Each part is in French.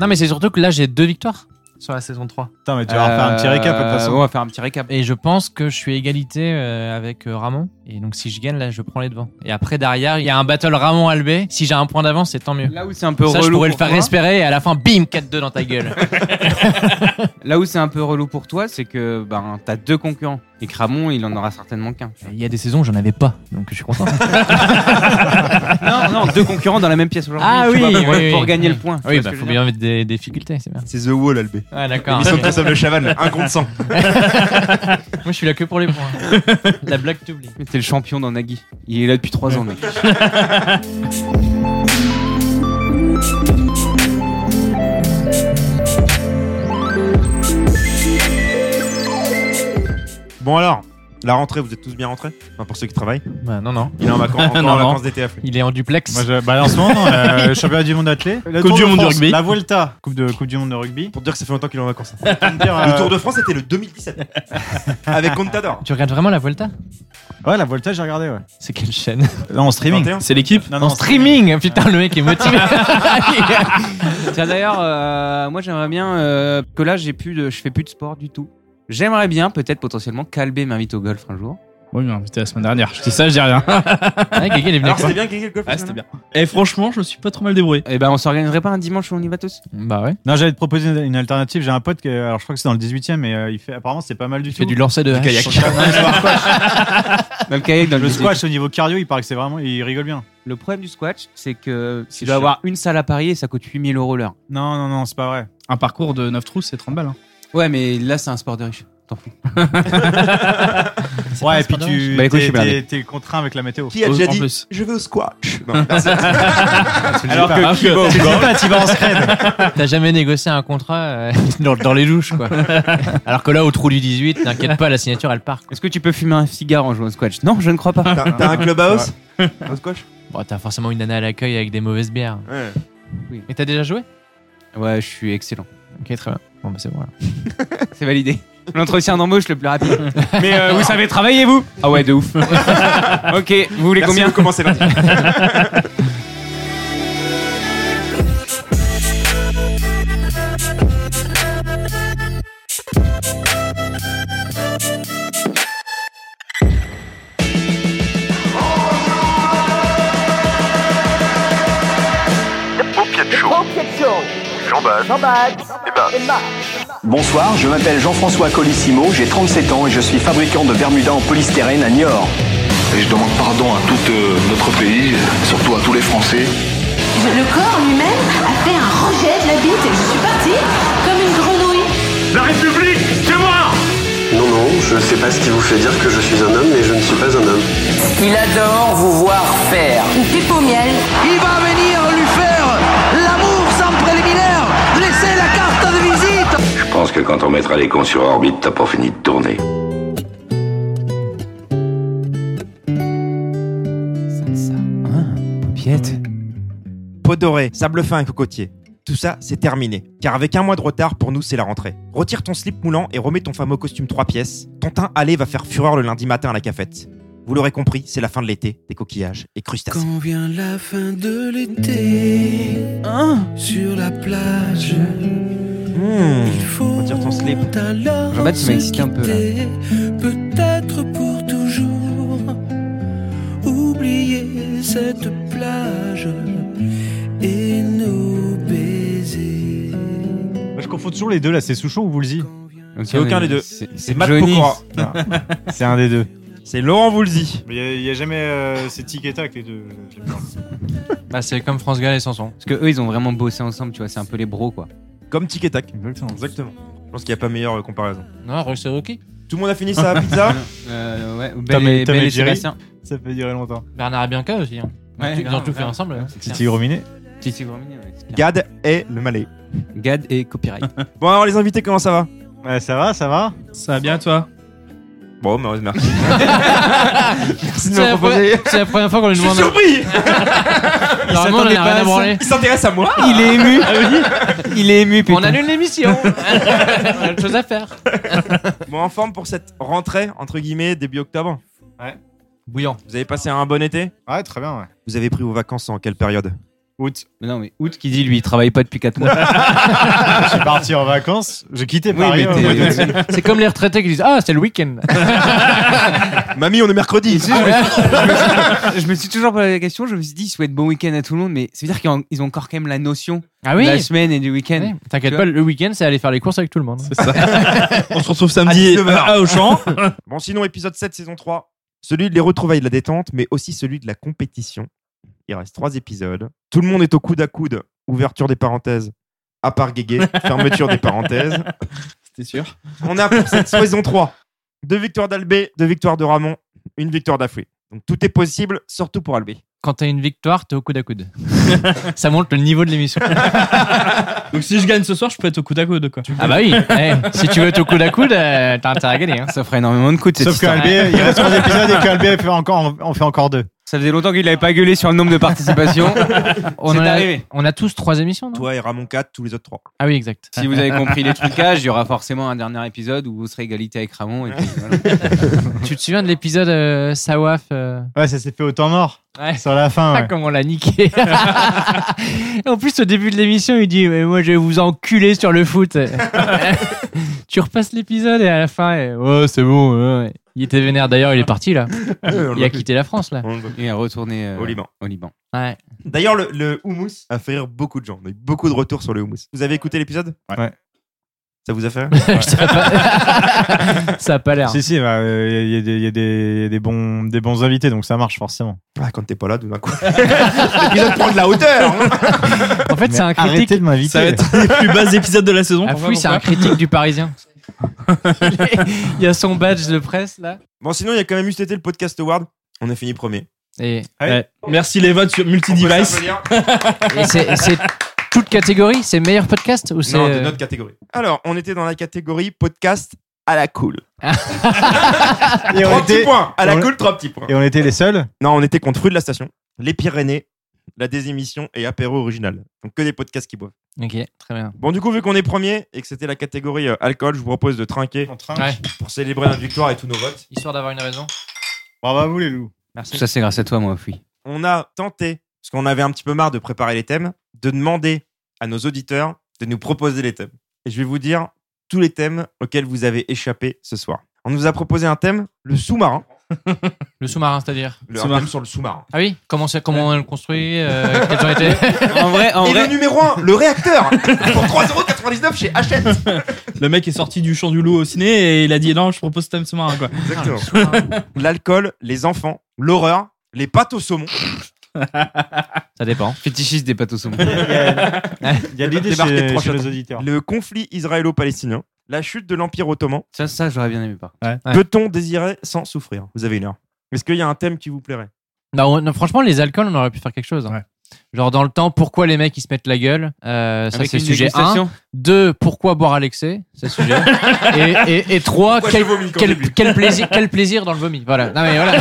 Non, mais c'est surtout que là, j'ai deux victoires sur la saison 3. Putain, mais tu vas faire un petit récap de toute Euh, façon. Euh, on va faire un petit récap. Et je pense que je suis égalité euh, avec euh, Ramon. Et donc, si je gagne, là, je prends les devants. Et après, derrière, il y a un battle Ramon-Albé. Si j'ai un point d'avance, c'est tant mieux. Là où c'est un peu Ça, relou je pourrais le pour faire toi, espérer et à la fin, bim, 4-2 dans ta gueule. Là où c'est un peu relou pour toi, c'est que ben t'as deux concurrents et Cramon, il en aura certainement qu'un. Il y a des saisons où j'en avais pas, donc je suis content. non, non, deux concurrents dans la même pièce aujourd'hui. Ah tu vois, oui, pour, oui, pour oui. gagner le point. Tu oui, vois bah, ce faut que je veux dire bien mettre des, des difficultés, c'est bien. C'est The Wall, Albé. Ah, d'accord. Mission de Moi, Christophe Le Chavannes, un contre 100. je suis là que pour les points. La blague t'oublie. Mais T'es le champion dans Nagui. Il est là depuis trois ans, mec. Bon alors, la rentrée, vous êtes tous bien rentrés Enfin, Pour ceux qui travaillent. Bah, non, non. Il est en vacances, encore Non, en non. vacances d'été à Fleury. Il est en duplex. Moi, je, bah, en ce moment, euh, championnat du monde athlé. Le Coupe Tour du de monde du France, rugby. La Vuelta, coupe, de, coupe du monde de rugby. Pour te dire que ça fait longtemps qu'il est en vacances. Pour me dire, Le euh, Tour de France, c'était le 2017. avec Contador. Tu regardes vraiment la Volta Ouais, la Volta, j'ai regardé, ouais. C'est quelle chaîne Non, en streaming. 21. C'est l'équipe Non, non, En streaming Putain, le mec est motivé. Tiens d'ailleurs, euh, moi j'aimerais bien euh, que là j'ai plus de, je fais plus de sport du tout. J'aimerais bien peut-être potentiellement qu'Albé m'invite au golf un jour. Oui, mais invité la semaine dernière. Je dis ça, je dis rien. Ouais, Guigui, il est venu Alors, avec c'était bien gagné le golf Ah, c'était bien. Et franchement, je me suis pas trop mal débrouillé. Eh ben on s'organiserait pas un dimanche où on y va tous. quoi Bah ouais. Non, j'allais te proposer une- une alternative. J'ai un pote, que, alors je crois que c'est dans le 18 e mais euh, il fait, apparemment, c'est pas mal du Tu fais tout. du lancer de hache. Dans le kayak, dans le, le musée. squash au niveau cardio, il paraît que c'est vraiment, il rigole bien. Le problème du squash, c'est que tu C'est dois cher. avoir une salle à Paris et ça coûte 8000 euros l'heure. Non, non, non, c'est pas vrai. Un parcours de 9 trous, c'est 30 balles. hein. Ouais, mais là c'est un sport de riche. T'en fous. Ouais, et puis tu, Bah, écoute, je t'es- suis blindé. t'es, t'es contraint avec la météo. Qui a En déjà dit plus. Je vais au squash. Non, merci. Alors que, Alors que- tu le dis pas, tu vas en scred. T'as jamais négocié un contrat euh, dans, dans les douches, quoi. Alors que là, au trou du 18, t'inquiète pas, la signature, elle part. quoi. Est-ce que tu peux fumer un cigare en jouant au squash Non, je ne crois pas. T'as t'as un club house Au squash Bon, t'as forcément une nana à l'accueil avec des mauvaises bières. Ouais. Mais t'as déjà joué Ouais, je suis excellent. Ok, très bien. Bon, bah c'est bon. alors. C'est validé. L'entretien d'embauche le plus rapide. Mais euh, vous savez travailler, vous Ah ouais, de ouf. ok, vous voulez Merci, combien vous commencez lundi. Bonsoir, je m'appelle Jean-François Colissimo, j'ai 37 ans et je suis fabricant de Bermuda en polystyrène à Niort. Et je demande pardon à tout euh, notre pays, surtout à tous les Français. Je- le corps lui-même a fait un rejet de la bite et je suis partie comme une grenouille. Non, non, je sais pas ce qui vous fait dire que je suis un homme, mais je ne suis pas un homme. Il adore vous voir faire. Une pipe au miel. Il va venir lui faire l'amour sans préliminaire. Laissez la carte de visite. Je pense que quand on mettra les cons sur orbite, t'as pas fini de tourner. Piette. Peau dorée, sable fin et cocotier. Tout ça, c'est terminé. Car avec un mois de retard, pour nous, c'est la rentrée. Retire ton slip moulant et remets ton fameux costume 3 pièces. Ton teint allé va faire fureur le lundi matin à la cafette. Vous l'aurez compris, c'est la fin de l'été, des coquillages et crustacés. Quand vient la fin de l'été, hein, sur la plage, Mmh. il faut retire ton slip. alors Jean-Baptiste, tu m'as excité un peu, là. quitter, Peut-être pour toujours oublier cette plage et nos baisers. Moi, je confonds toujours les deux, là, c'est Souchon ou Woolsey C'est aucun des deux. C'est Matt Johnny. Pokora. C'est un des deux. C'est Laurent Voulzy. Il n'y a, jamais euh, ces tic et tac, les deux. Bah, c'est comme France Gall et Sanson. Parce que eux, ils ont vraiment bossé ensemble, tu vois. C'est un peu les bros, quoi. Comme Tic et Tac. Exactement. Exactement. Je pense qu'il n'y a pas meilleure euh, comparaison. Non, c'est Rocky. Tout le monde a fini sa pizza Euh, ouais, Tom Belle et- et, Tom Belle et et Jerry. Sébastien. Ça peut durer longtemps. Bernard Abianca aussi. hein. Ouais, ils ont grave, tout fait grave. ensemble. hein. Titi Rominé. Titi Gourmini, ouais, c'est clair. Gad et le Malais. Gad et Copyright. Bon, alors les invités, comment ça va Ouais, ça va, ça va Ça va bien, toi Bon, bah, merci. merci de C'est me la, proposer. première- c'est la première fois qu'on lui Je suis demande. surpris Normalement, on en a s'attendait rien pas à à ça. branler. Il s'intéresse à moi Il est ému. Il est ému, putain. On annule l'émission. on a autre chose à faire. Bon, en forme pour cette rentrée, entre guillemets, début octobre. Bouillant. Vous avez passé un bon été Ouais, très bien, ouais. Vous avez pris vos vacances en quelle période Août. Mais non, mais août qui dit lui, il travaille pas depuis 4 mois. Je suis parti en vacances. J'ai quitté oui, Paris. mais au mois d'août. t'es- C'est comme les retraités qui disent Ah, c'est le week-end. Mamie, on est mercredi. je me suis toujours posé la question. Je me suis dit, il souhaite bon week-end à tout le monde, mais ça veut dire qu'ils ont- ils ont encore quand même la notion Ah de oui la semaine et du week-end. Ouais, T'inquiète Tu pas, le week-end, c'est aller faire les courses avec tout le monde. C'est ça. On se retrouve À samedi 19 heures. à Auchan. Bon, sinon, épisode 7, saison 3. Celui des retrouvailles de la détente, mais aussi celui de la compétition. Il reste trois épisodes. Tout le monde est au coude à coude. Ouverture des parenthèses. À part Guégué, fermeture des parenthèses. C'était sûr. On a pour cette saison 3 deux victoires d'Albé, deux victoires de Ramon, une victoire d'Afri. Donc tout est possible, surtout pour Albé. Quand t'as une victoire, t'es au coude à coude. ça montre le niveau de l'émission. Donc si je gagne ce soir, je peux être au coude à coude, quoi. ah bah oui, Eh, si tu veux être au coude à coude, euh, t'as intérêt à gagner. hein. Ça ferait énormément de coups de cette Sauf histoire. qu'Albé, il reste trois épisodes et qu'Albé fait encore, on fait encore deux. Ça faisait longtemps qu'il n'avait pas gueulé sur le nombre de participations. On, C'est en a, arrivé. on a tous trois émissions, non Toi et Ramon 4, tous les autres 3. Ah oui, exact. si vous avez compris les trucages, il y aura forcément un dernier épisode où vous serez égalité avec Ramon. Et puis, voilà. Tu te souviens de l'épisode euh, Sawaf euh, Ouais, ça s'est fait autant mort. Ouais. Sur la fin, Ah, ouais. comme on l'a niqué. en plus, au début de l'émission, il dit Mais Moi, je vais vous enculer sur le foot. tu repasses l'épisode et à la fin, eh, ouais, c'est bon. ouais, ouais. Il était vénère. D'ailleurs, il est parti là. Euh, Il a quitté la France là. Et à retourner euh, Au Liban. Au Liban. Ouais. D'ailleurs, le, le houmous a fait rire beaucoup de gens. On a eu beaucoup de retours sur le houmous. Vous avez écouté l'épisode Ouais. Ça vous a fait rire Ça a pas l'air. Si, si, bah, euh, il y a, des, il y a des- il y a des bons, des bons invités, donc ça marche forcément. Ah, quand t'es pas là, tout d'un coup. L'épisode prend de la hauteur. hein. En fait, Mais c'est un critique. Arrêtez de m'inviter. Ça va être les plus bas épisodes de la saison. Ah, Fouille, c'est un critique du Parisien. Il est- il y a son badge de presse là. Bon, sinon, il y a quand même eu cet été le podcast award. On a fini premier. Et, Ouais. Merci les votes sur On peut multi-device. s'applaudir. et c'est c'est toute catégorie C'est meilleur podcast ou c'est. euh, Non, de notre catégorie. Alors, on était dans la catégorie podcast à la cool. Et on Trois petits était, points. À la on- cool, trois petits points. et on était les seuls. Non, on était contre Rue de la Station, Les Pyrénées, La Désémission et Apéro Oh, Original. Donc que des podcasts qui boivent. euh, Ok, très bien. Bon, du coup, vu qu'on est premier et que c'était la catégorie euh, alcool, je vous propose de trinquer Ouais. pour célébrer notre victoire et tous nos votes. Histoire d'avoir une raison. Bravo à vous, les loups. Tout ça, c'est grâce à toi, moi, oui. On a tenté, parce qu'on avait un petit peu marre de préparer les thèmes, de demander à nos auditeurs de nous proposer les thèmes. Et je vais vous dire tous les thèmes auxquels vous avez échappé ce soir. On nous a proposé un thème, le sous-marin. Le sous-marin, c'est-à-dire Le un Sous-marin. thème sur le sous-marin. Ah oui Comment, c'est- comment on le construit euh, quels ont été- En vrai, en et vrai, le numéro 1, le réacteur, pour 3,99€ chez Hachette. Le mec est sorti du champ du loup au ciné et il a dit non, je propose thème ce marin quoi. Exactement. L'alcool, les enfants, l'horreur, les pâtes au saumon. Ça dépend. fétichiste des pâtes au saumon. Il y a, il y a de l'idée Débarquer chez, trois chez shots. les auditeurs. Le conflit israélo-palestinien, la chute de l'Empire ottoman. Ça, ça j'aurais bien aimé, pas. Ouais. Peut-on désirer sans souffrir Vous avez une heure. Est-ce qu'il y a un thème qui vous plairait Non, non, franchement, les alcools, on aurait pu faire quelque chose. hein. Genre dans le temps, pourquoi les mecs ils se mettent la gueule Euh, Ça Avec c'est une sujet 1. dégustation. 2. Pourquoi boire à l'excès C'est sujet. et, et, et 3. Pourquoi Quel, je vomis quand quel- je bute quel plaisir, quel plaisir dans le vomi. Voilà. Non, mais voilà.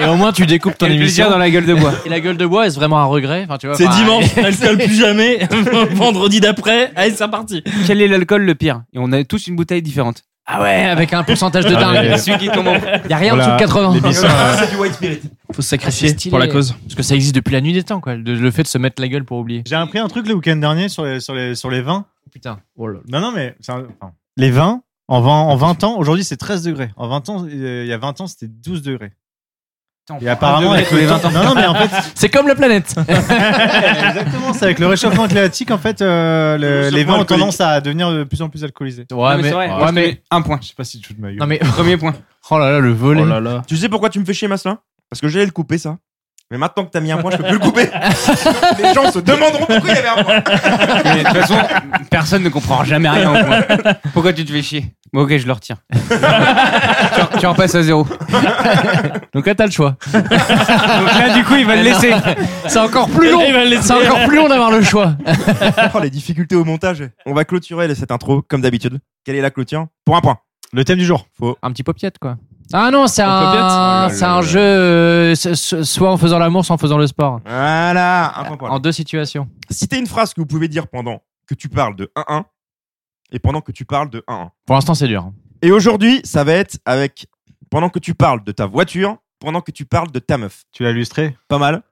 et au moins tu découpes ton Quel plaisir émission. dans la gueule de bois. Et la gueule de bois, est-ce vraiment un regret Enfin, tu vois, C'est enfin, dimanche, on alcool plus jamais. Vendredi d'après, allez, c'est parti. Quel est l'alcool le pire Et on a tous une bouteille différente. Ah ouais, avec un pourcentage de Ah, mais- dingue. Celui qui tombe en Il y a rien Voilà, en dessous de 80. l'émission, euh, C'est du white spirit. Faut se Ah, sacrifier c'est stylé. pour la cause. Parce que ça existe depuis la nuit des temps, quoi. Le, le fait de se mettre la gueule pour oublier. J'ai appris un truc le week-end dernier sur les, sur les, sur les vins. Putain. Non, non, mais c'est un- enfin, les vins, en 20, en 20 ans, aujourd'hui c'est 13 degrés. En 20 ans, euh, il y a 20 ans, c'était 12 degrés. Et apparemment, avec le temps- Non, non, mais en fait, C'est comme la planète. exactement, c'est avec le réchauffement climatique, en fait, euh, le- Le les vins ont alcoolique. tendance à devenir de plus en plus alcoolisés. Ouais, mais, ouais, Ouais, mais- mais un point. Je sais pas si tu te mailles. Non, mais. Premier point. Oh là là, le volet. là. Tu sais pourquoi tu me fais chier, Maslin Parce que j'allais le couper, ça. Mais maintenant que t'as mis un point, je peux plus le couper. les gens se demanderont pourquoi il y avait un point. Mais de toute façon, personne ne comprend jamais rien au point. Pourquoi tu te fais chier Bon, ok, je le retire. tu, en- tu en passes à zéro. Donc Donc là, t'as le choix. là, du coup, il va le laisser. C'est encore plus long. Il va le laisser. C'est encore plus long d'avoir le choix. Oh, les difficultés au montage. On va clôturer cette intro, comme d'habitude. Quelle est la clôture Pour un point. Le thème du jour. Un petit popiette, quoi. Ah non, c'est un, popiette c'est un jeu, euh, so- so- soit en faisant l'amour, soit en faisant le sport. Voilà, un point pour En deux situations. Euh, Citez une phrase que vous pouvez dire pendant que tu parles de 1-1 et pendant que tu parles de 1-1. Pour l'instant, c'est dur. Et aujourd'hui, ça va être avec pendant que tu parles de ta voiture, pendant que tu parles de ta meuf. Tu l'as illustré. Pas mal.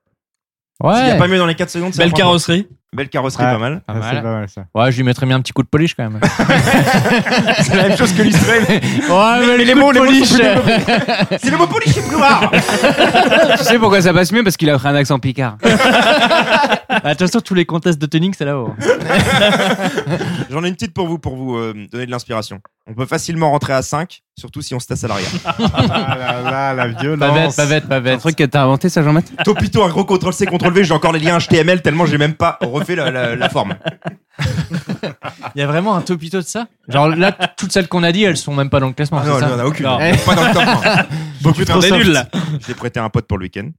Ouais. S'il n'y a pas mieux dans les 4 secondes, c'est Belle la première. carrosserie. Belle carrosserie, Ah, pas mal. pas mal. Ouais, je lui mettrais bien un petit coup de polish quand même. C'est la même chose que l'Israël. Ouais, mais, les mots, les polish. C'est le mot poli chez Blouard tu sais pourquoi ça passe mieux Parce qu'il a pris un accent picard. Attention, tous les contests de tuning, c'est là-haut. J'en ai une petite pour vous, pour vous euh, donner de l'inspiration. On peut facilement rentrer à 5, surtout si on se tasse à l'arrière. Ah là là, la violence. Pas bête, pas bête, pas bête. Un truc que t'as inventé, ça, Jean-Math Topito, un gros CTRL-C, CTRL-V, j'ai encore les liens HTML tellement j'ai même pas refait la, la- la forme. Il y a vraiment un topito de ça Genre là, t- toutes celles qu'on a dit, elles sont même pas dans le classement. Ah non, c'est il n'y ça en a aucune. Non. Pas dans le top. Beaucoup trop soft. J'ai prêté à un pote pour le week-end.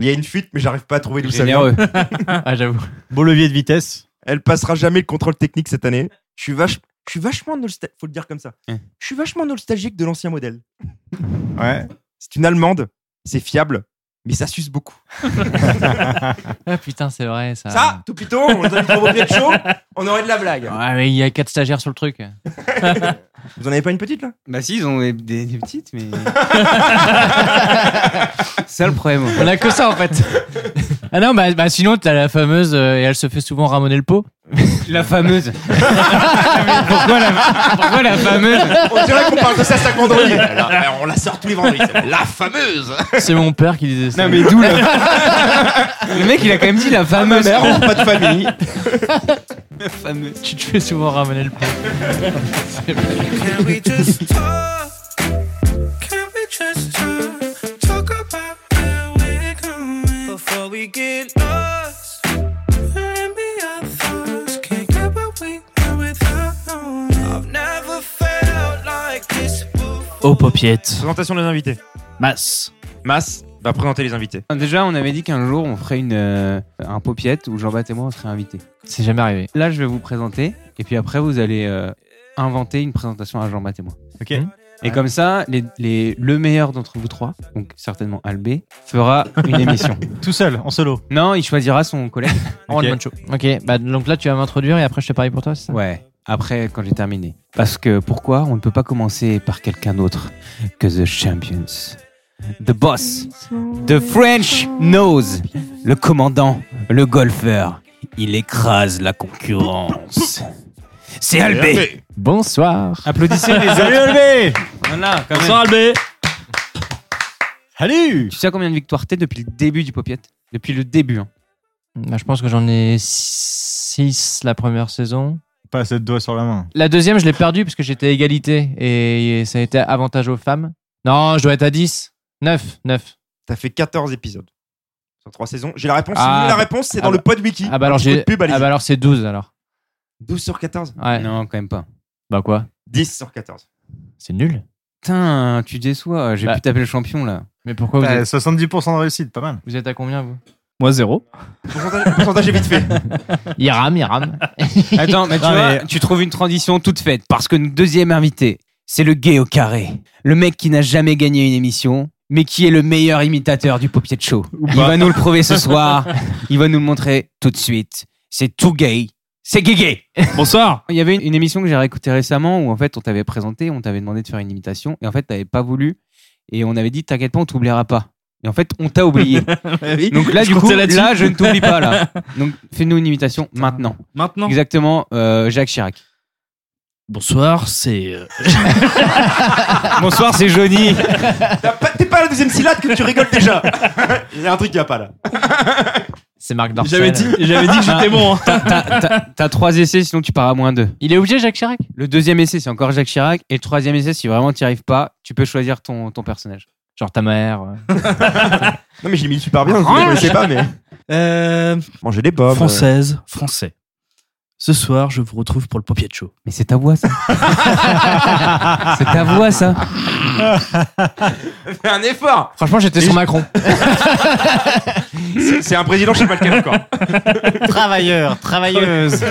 Il y a une fuite, mais j'arrive pas à trouver d'où ça vient. Généreux. Ah, j'avoue. Beau levier de vitesse. Elle passera jamais le contrôle technique cette année. Je suis vache. Je suis vachement nostalgique, faut le dire comme ça. Hein. Je suis vachement nostalgique de l'ancien modèle. Ouais. C'est une allemande, c'est fiable, mais ça suce beaucoup. Ah putain, c'est vrai ça. Ça, tout piton, on nous a mis trop beau pied de chaud, on aurait de la blague. Ouais, mais il y a quatre stagiaires sur le truc. Vous en avez pas une petite là Bah si, ils ont des, des- des petites, mais... c'est ça le problème. On a que ça en fait. Ah non, bah, bah, sinon, t'as la fameuse, euh, et elle se fait souvent ramoner le pot. La fameuse. pourquoi, la, pourquoi la fameuse On dirait qu'on parle de ça 50 vendredi. Alors, alors, on la sort tous les vendredis. celle-là. La fameuse C'est mon père qui disait ça. Non mais d'où la... Le mec, il a quand même dit la Ah, fameuse. Merde, pas de famille. Tu te fais souvent ramener le pot. Aux paupiettes. Présentation des invités. Masse. Mas va présenter les invités. Déjà, on avait dit qu'un jour, on ferait une, euh, un popiette où Jean-Baptiste et moi, on serait invités. C'est jamais arrivé. Là, je vais vous présenter, et puis après, vous allez euh, inventer une présentation à Jean-Baptiste et moi. Ok. Et comme ça, les, les- le meilleur d'entre vous trois, donc certainement Albé, fera une émission. Tout seul, en solo. Non, il choisira son collègue. En one man show. Ok, bah donc là, tu vas m'introduire et après, je te parie pour toi, c'est ça Ouais, après, quand j'ai terminé. Parce que pourquoi on ne peut pas commencer par quelqu'un d'autre que The Champions The Boss The French Nose Le commandant, le golfeur. Il écrase la concurrence. C'est Albé Bonsoir. Applaudissez les Salut Albé Voilà, quand même. Bonsoir Albé. Salut Tu sais combien de victoires t'es depuis le début du Popiette Depuis le début, hein. Bah, je pense que j'en ai 6 la première saison. Pas assez de doigts sur la main. La deuxième, je l'ai perdue parce que j'étais égalité et ça a été avantage aux femmes. Non, je dois être à 10. 9, 9. T'as fait 14 épisodes. Sur 3 saisons. J'ai la réponse. Ah, Si vous voulez la bah- réponse, c'est ah dans le bah- pod wiki. Ah bah alors Un petit coup j'ai de pub, allez-y. Ah bah alors c'est 12 alors. 12 sur 14. Ouais. Non, quand même pas. Bah quoi 10 sur 14. C'est nul. Putain, tu déçois. J'ai Bah. pu taper le champion, là. Mais pourquoi vous Bah, T'as êtes, 70% de réussite, pas mal. vous êtes à combien vous Moi zéro. Pourcentage, pourcentage est vite fait. Il rame, il rame. Attends, mais tu Non, vois, mais- tu trouves une transition toute faite parce que notre deuxième invité, c'est le gay au carré. Le mec qui n'a jamais gagné une émission, mais qui est le meilleur imitateur du Popier de Show. Il va nous le prouver ce soir. Il va nous le montrer tout de suite. C'est tout gay. C'est gay gay. Bonsoir. Il y avait une, une émission que j'ai réécoutée récemment où en fait on t'avait présenté, on t'avait demandé de faire une imitation et en fait t'avais pas voulu et on avait dit t'inquiète pas on t'oubliera pas. Et en fait on t'a oublié. Donc là Bah Je du coup comptais là-dessus. là je ne t'oublie pas là. Donc fais-nous une imitation maintenant. Maintenant. Exactement euh, Jacques Chirac. Bonsoir, c'est. euh, Bonsoir, c'est Johnny. T'as pas- T'es pas à la deuxième syllabe que tu rigoles déjà. Il y a un truc qui va pas là. C'est Marc Dorcel. J'avais dit, j'avais dit que j'étais bon. hein. T'as trois essais, sinon tu pars à moins deux. Il est obligé Jacques Chirac Le deuxième essai, c'est encore Jacques Chirac. Et le troisième essai, si vraiment t'y arrives pas, tu peux choisir ton, ton personnage. Genre ta mère. euh. ouais. Non mais j'ai mis super bien. Je sais pas mais. Euh, Manger des pommes. française, français. Ce soir, je vous retrouve pour le papier de show. Mais c'est ta voix, ça. c'est ta voix, ça. Fais un effort. Franchement, j'étais sur Macron. C'est c'est un président, je sais pas lequel encore. Travailleur, travailleuse.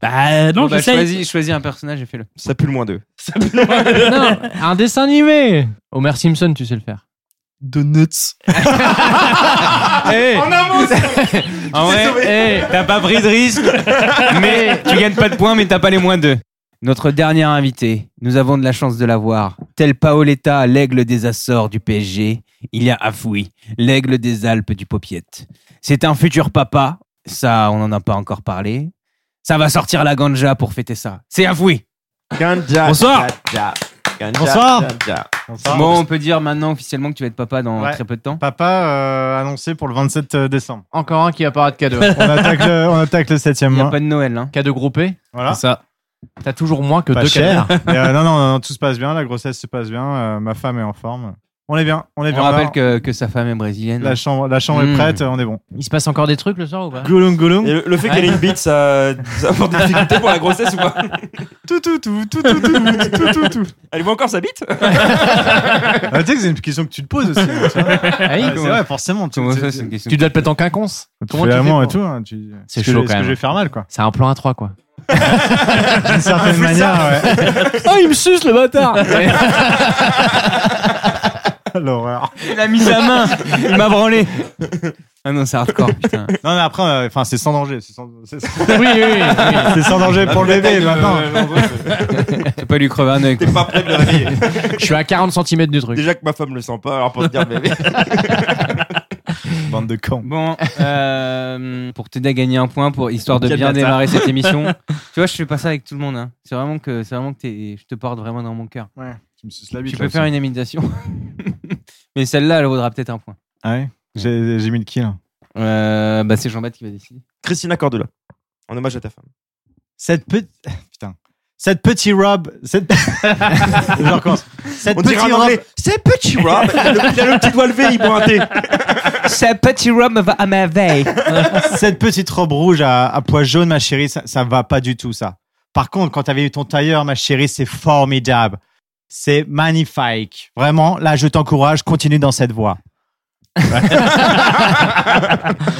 Bah non, Bon, bah, j'essaye. choisis, choisis un personnage et fais-le. Ça pue le moins deux. non, un dessin animé. Homer Simpson, tu sais le faire. Donuts. Eh, En avance. Ah eh, T'as pas pris de risque, mais tu gagnes pas de points, mais t'as pas les moins deux. Notre dernière invitée, nous avons de la chance de la voir. Tel Paoletta, l'aigle des Açores du PSG, il y a Afoui, l'aigle des Alpes du Popiette. C'est un futur papa, ça on n'en a pas encore parlé. Ça va sortir la ganja pour fêter ça. C'est Afoui Bonsoir. Bonsoir. Ah, Bon, on peut dire maintenant officiellement que tu vas être papa dans Ouais. très peu de temps. Papa euh, annoncé pour le 27 décembre. Encore un qui va pas de cadeau. On attaque le, on attaque le septième Il n'y a mois. pas de Noël. Hein. Cadeau groupé, Voilà. ça. t'as toujours moins que Pas deux cher. cadeaux. Et, euh, non, non, non, tout se passe bien. La grossesse se passe bien. euh, ma femme est en forme. On est bien. On On est Eh Ah, bien. rappelle là. que, que sa femme est brésilienne. La chambre, la chambre Mm. est prête. On est bon. Il se passe encore des trucs le soir ou pas Goulung, goulung. Et le, le fait qu'elle ait une bite, ça, ça apporte des difficultés pour la grossesse ou pas Tout, tout, tout, tout, tout, tout, tout, tout, tout. Elle voit encore sa bite Ah, tu sais que c'est une question que tu te poses aussi. hein, tu vois. Ah oui, Ouais, comment- c'est vrai, forcément. Comment ça, c'est tu une question Tu dois te péter en quinconce. Comment tu fais fais l'amour et pour- tout. hein, tu- C'est est-ce que chaud je- quand Est-ce que même. je vais faire mal, quoi. C'est un plan à trois quoi. D'une certaine manière, ouais. oh, il me suce le bâtard L'horreur. Il a mis sa main, il m'a branlé. Ah non, c'est hardcore, putain. Non, mais après, euh, enfin, c'est sans danger. C'est sans, c'est sans- Oui, oui, oui. c'est sans danger pour le bébé, maintenant. Faut pas lui crever un œil. quoi. T'es pas prêt de le réveiller. Je suis à 40 cm du truc. Déjà que ma femme le sent pas, alors pour te dire bébé. Bande de cons. Bon, euh, pour t'aider à gagner un point, pour histoire de Quel bien bâtard. démarrer cette émission. Tu vois, je fais pas ça avec tout le monde. hein. C'est vraiment que, c'est vraiment que t'es- je te porte vraiment dans mon cœur. Tu me suces la bite. Tu là, peux faire aussi. une imitation, mais celle-là, elle vaudra peut-être un point. Ah ouais J'ai j'ai mis le kill. Euh, bah, c'est Jean-Baptiste qui va décider. Christina Cordula. En hommage à ta femme. Cette petite. Putain. Cette petite robe. Cette... Je recommence. Cette On petite dirait en robe. anglais. C'est petit Rob. Il a le- il a le petit doigt levé, il boit un thé. Ce petit rhum va à ma veille. Cette petite robe rouge à, à pois jaune, ma chérie, ça, ça va pas du tout, ça. Par contre, quand t'avais eu ton tailleur, ma chérie, c'est formidable. C'est magnifique. Vraiment, là, je t'encourage, continue dans cette voie.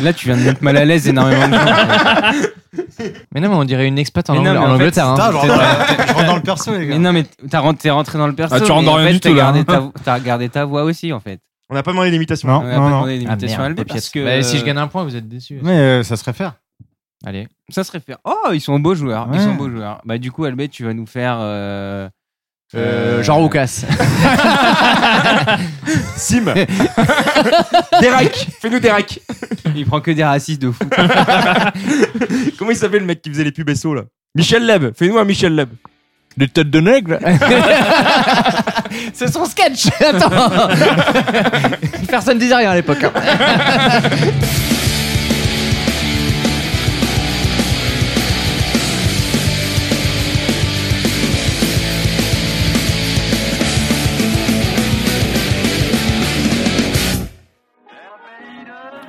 Là, tu viens de mettre mal à l'aise énormément de gens. Mais non, mais on dirait une expat en, Mais non, Angl- mais en en fait, Angleterre. hein. Putain, je rentre, C'est- je rentre dans le perso, les Mais gars. non, mais t'as rentré- t'es rentré dans le perso. Ah, tu rentres mais dans en rien fait, du t'as tout, là, gardé hein. ta- T'as regardé ta voix aussi, en fait. On n'a pas demandé l'imitation. Non, On a pas non, non. demandé les Ah, imitations merde, à Albé, des parce pièces. que Bah, si je euh, gagne un point, vous êtes déçus. Mais euh, ça se réfère. Allez. Ça serait faire. Oh, ils sont beaux joueurs. Ils Ouais. sont beaux joueurs. Bah du coup, Albé, tu vas nous faire. euh, euh, Jean Roucas. Sim. Derek. Fais-nous des racks. Il prend que des racistes de fou. Comment il s'appelle le mec qui faisait les pubs SO là Michel Leb. Fais-nous un Michel Leb. Des têtes de nègre C'est son sketch Attends Personne disait rien à l'époque. hein.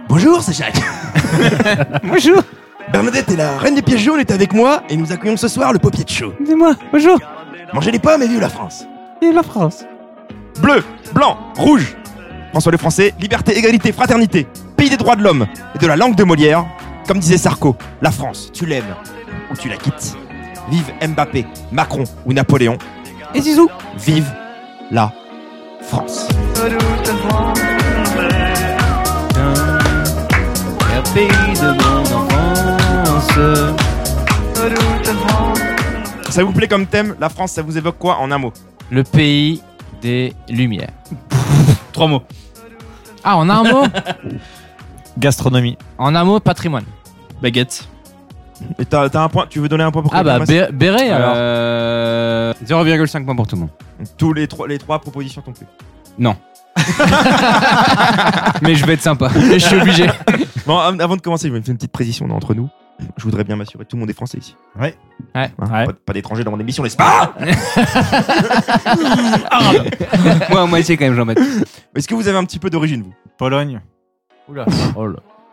Bonjour, c'est Jacques. Bonjour. Bernadette est la reine des pièges jaunes, est avec moi et nous accueillons ce soir le paupier de chaud. Dis-moi. Bonjour. Mangez les pommes et vive la France. Et la France. Bleu, blanc, rouge. François le Français, liberté, égalité, fraternité, pays des droits de l'homme et de la langue de Molière. Comme disait Sarko, la France, tu l'aimes ou tu la quittes. Vive Mbappé, Macron ou Napoléon. Et Zizou. Vive la France. pays de mon enfance. Ça vous plaît comme thème La France, ça vous évoque quoi en un mot Le pays des lumières. Trois mots. Ah, en un mot Gastronomie. En un mot, patrimoine. Baguette. Et T'as t'as un point, tu veux donner un point pour Ah bah, quelqu'un bé- béret alors. Euh, 0,5 points pour tout le monde. Tous les trois, les trois propositions t'ont plu. Mais je vais être sympa. Je suis obligé. Bon, av- avant de commencer, je vais me faire une petite précision là, entre nous. Je voudrais bien m'assurer, tout le monde est français ici. Ouais. Ouais. Hein, Ouais. Ah Pas, pas d'étrangers dans mon émission, n'est-ce pas Moi, à moitié quand même, Jean-Baptiste. Est-ce que vous avez un petit peu d'origine, vous Pologne. Oula.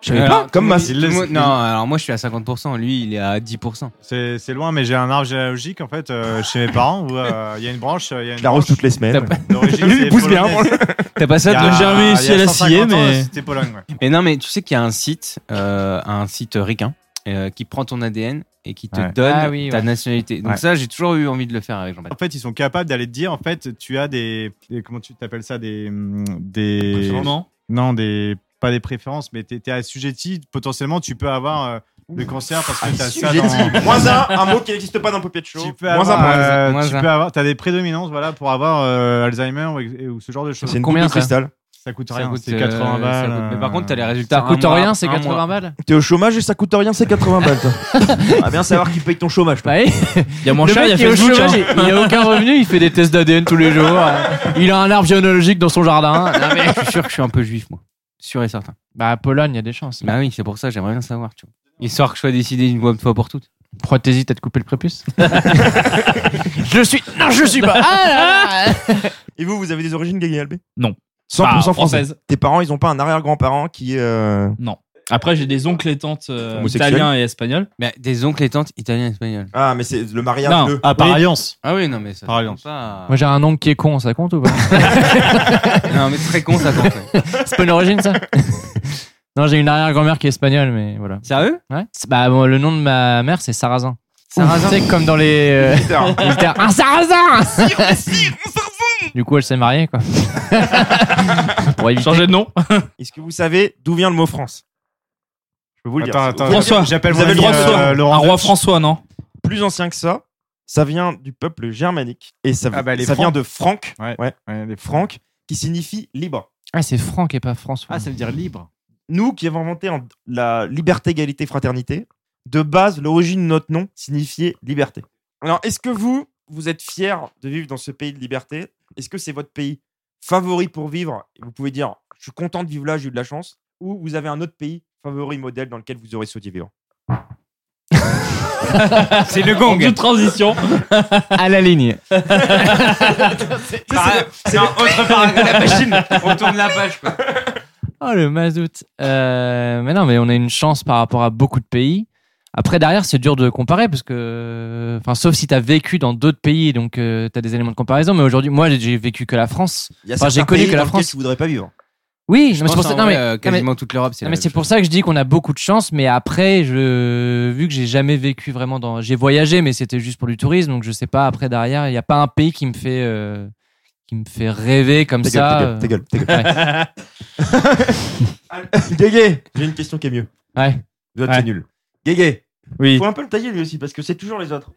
Je savais Alors, pas. Comme ma tout Ah, le monde- Non, alors moi je suis à 50%, lui il est à 10%. C'est c'est loin, mais j'ai un arbre généalogique en fait euh, chez mes parents où euh, il y a une branche. euh, il y a une Je l'arrose branche toutes les semaines. d'origine, Lui, il c'est pousse bien, polonaise. T'as pas Il ça y a- de j'ai jamais il y a réussi à la 150 scier, ans, mais- C'était Pologne, ouais. Mais non, mais tu sais qu'il y a un site, euh, un site ricain, euh, qui prend ton ADN et qui te Ouais. donne Ah oui, ta ouais. nationalité. Donc Ouais. ça, j'ai toujours eu envie de le faire avec Jean-Baptiste. En fait, ils sont capables d'aller te dire en fait, tu as des, des- comment tu t'appelles ça des hum, des Non. non des pas des préférences, mais t'es t'es assujetti. Potentiellement, tu peux avoir euh, le cancer parce que t'as ça J'ai dans dit moins un, un mot qui n'existe pas dans Popier de Show. tu peux Moins un, avoir, moins un. euh, moins tu un. peux avoir, t'as des prédominances, voilà, pour avoir euh, Alzheimer ou, ou ce genre de choses. C'est une Combien, boule de ça cristal. Ça coûte Ça rien, coûte, c'est euh, 80 ça balles. coûte- Mais par contre, t'as les résultats. Ça un coûte mois- rien, c'est un mois. 80 balles. T'es au chômage et ça coûte rien, c'est 80 balles. toi. On va bien savoir qui paye ton chômage. toi. Bah, oui. Il y a moins le cher, il y mec a qui est au Facebook. chômage, hein. il il a aucun revenu, il fait des tests d'ADN tous les jours. Il a un arbre généalogique dans son jardin. Non, mais je suis sûr que je suis un peu juif, moi. Sûr et certain. Bah, à Pologne, il y a des chances. Bah oui, c'est pour ça, j'aimerais bien savoir, tu vois. Histoire que je sois décidé une bonne fois pour toutes. Prothésie, t'as te coupé le prépuce Je suis. Non, je suis pas. Ah, là, là. Et vous, vous avez des origines gay Albé Non. 100% Bah, français. française. Tes parents, ils ont pas un arrière-grand-parent qui. euh, Non. Après, j'ai des oncles et tantes euh, Homosexuels. italiens et espagnols. Mais des oncles et tantes italiens et espagnols. Ah, mais c'est le mariage Non. de. À Pariance. Ah oui, non, mais ça. Par ça alliance. compte pas. Moi, j'ai un oncle qui est con, ça compte ou pas non, mais c'est très con, ça compte. ouais. C'est pas une origine, ça Non, j'ai une arrière-grand-mère qui est espagnole, mais voilà. Sérieux Ouais. C'est- Bah, bon, le nom de ma mère, c'est Sarrazin. Sarrazin. Tu sais, comme dans les. euh, Putain. les terres. un Sarrazin Du coup, elle s'est mariée, quoi. Pour éviter- Changer de nom. Est-ce que vous savez d'où vient le mot France Je peux vous le Attends, dire. attends, Vous François. J'appelle Vous mon avez le ami, droit de euh, soi. Un Laurent roi Deutsch. François, non Plus ancien que ça, ça vient du peuple germanique. Et ça, Ah bah, les ça Francs. vient de Franck. Ouais. Ouais. Ouais, les- Franck, qui signifie libre. Ah, c'est Franck et pas François. veut dire libre. Nous qui avons inventé en- la liberté, égalité, fraternité, de base, l'origine de notre nom signifiait liberté. Alors, est-ce que vous, vous êtes fiers de vivre dans ce pays de liberté Est-ce que c'est votre pays favori pour vivre Et Vous pouvez dire, je suis content de vivre là, j'ai eu de la chance. Ou vous avez un autre pays favori, modèle dans lequel vous aurez souhaité vivre C'est le En gong toute transition. à la ligne. C'est un autre paragraphe la machine On tourne la page, quoi. Oh, le mazout. Euh, mais non, mais on a une chance par rapport à beaucoup de pays. Après, derrière, c'est dur de comparer parce que, enfin, sauf si t'as vécu dans d'autres pays, donc euh, t'as des éléments de comparaison. Mais aujourd'hui, moi, j'ai- j'ai vécu que la France. Il y Enfin, j'ai certains connu pays que la dans lesquels France- Tu voudrais pas vivre. Oui, non, mais pense c'est pour ça. en non, vrai, mais- euh, non, mais quasiment toute l'Europe, c'est Non, la mais même c'est pour chose. ça que je dis qu'on a beaucoup de chance, mais après, je, vu que j'ai jamais vécu vraiment dans, j'ai voyagé, mais c'était juste pour du tourisme, donc je sais pas. Après derrière, il n'y a pas un pays qui me fait, euh, qui me fait rêver comme Ta gueule, ça. euh. ta gueule, ta gueule, ta gueule. Guégué, j'ai une question qui est mieux. euh, ouais. Vous êtes Ouais. nul. Guégué, Oui. faut un peu le tailler lui aussi parce que c'est toujours les autres.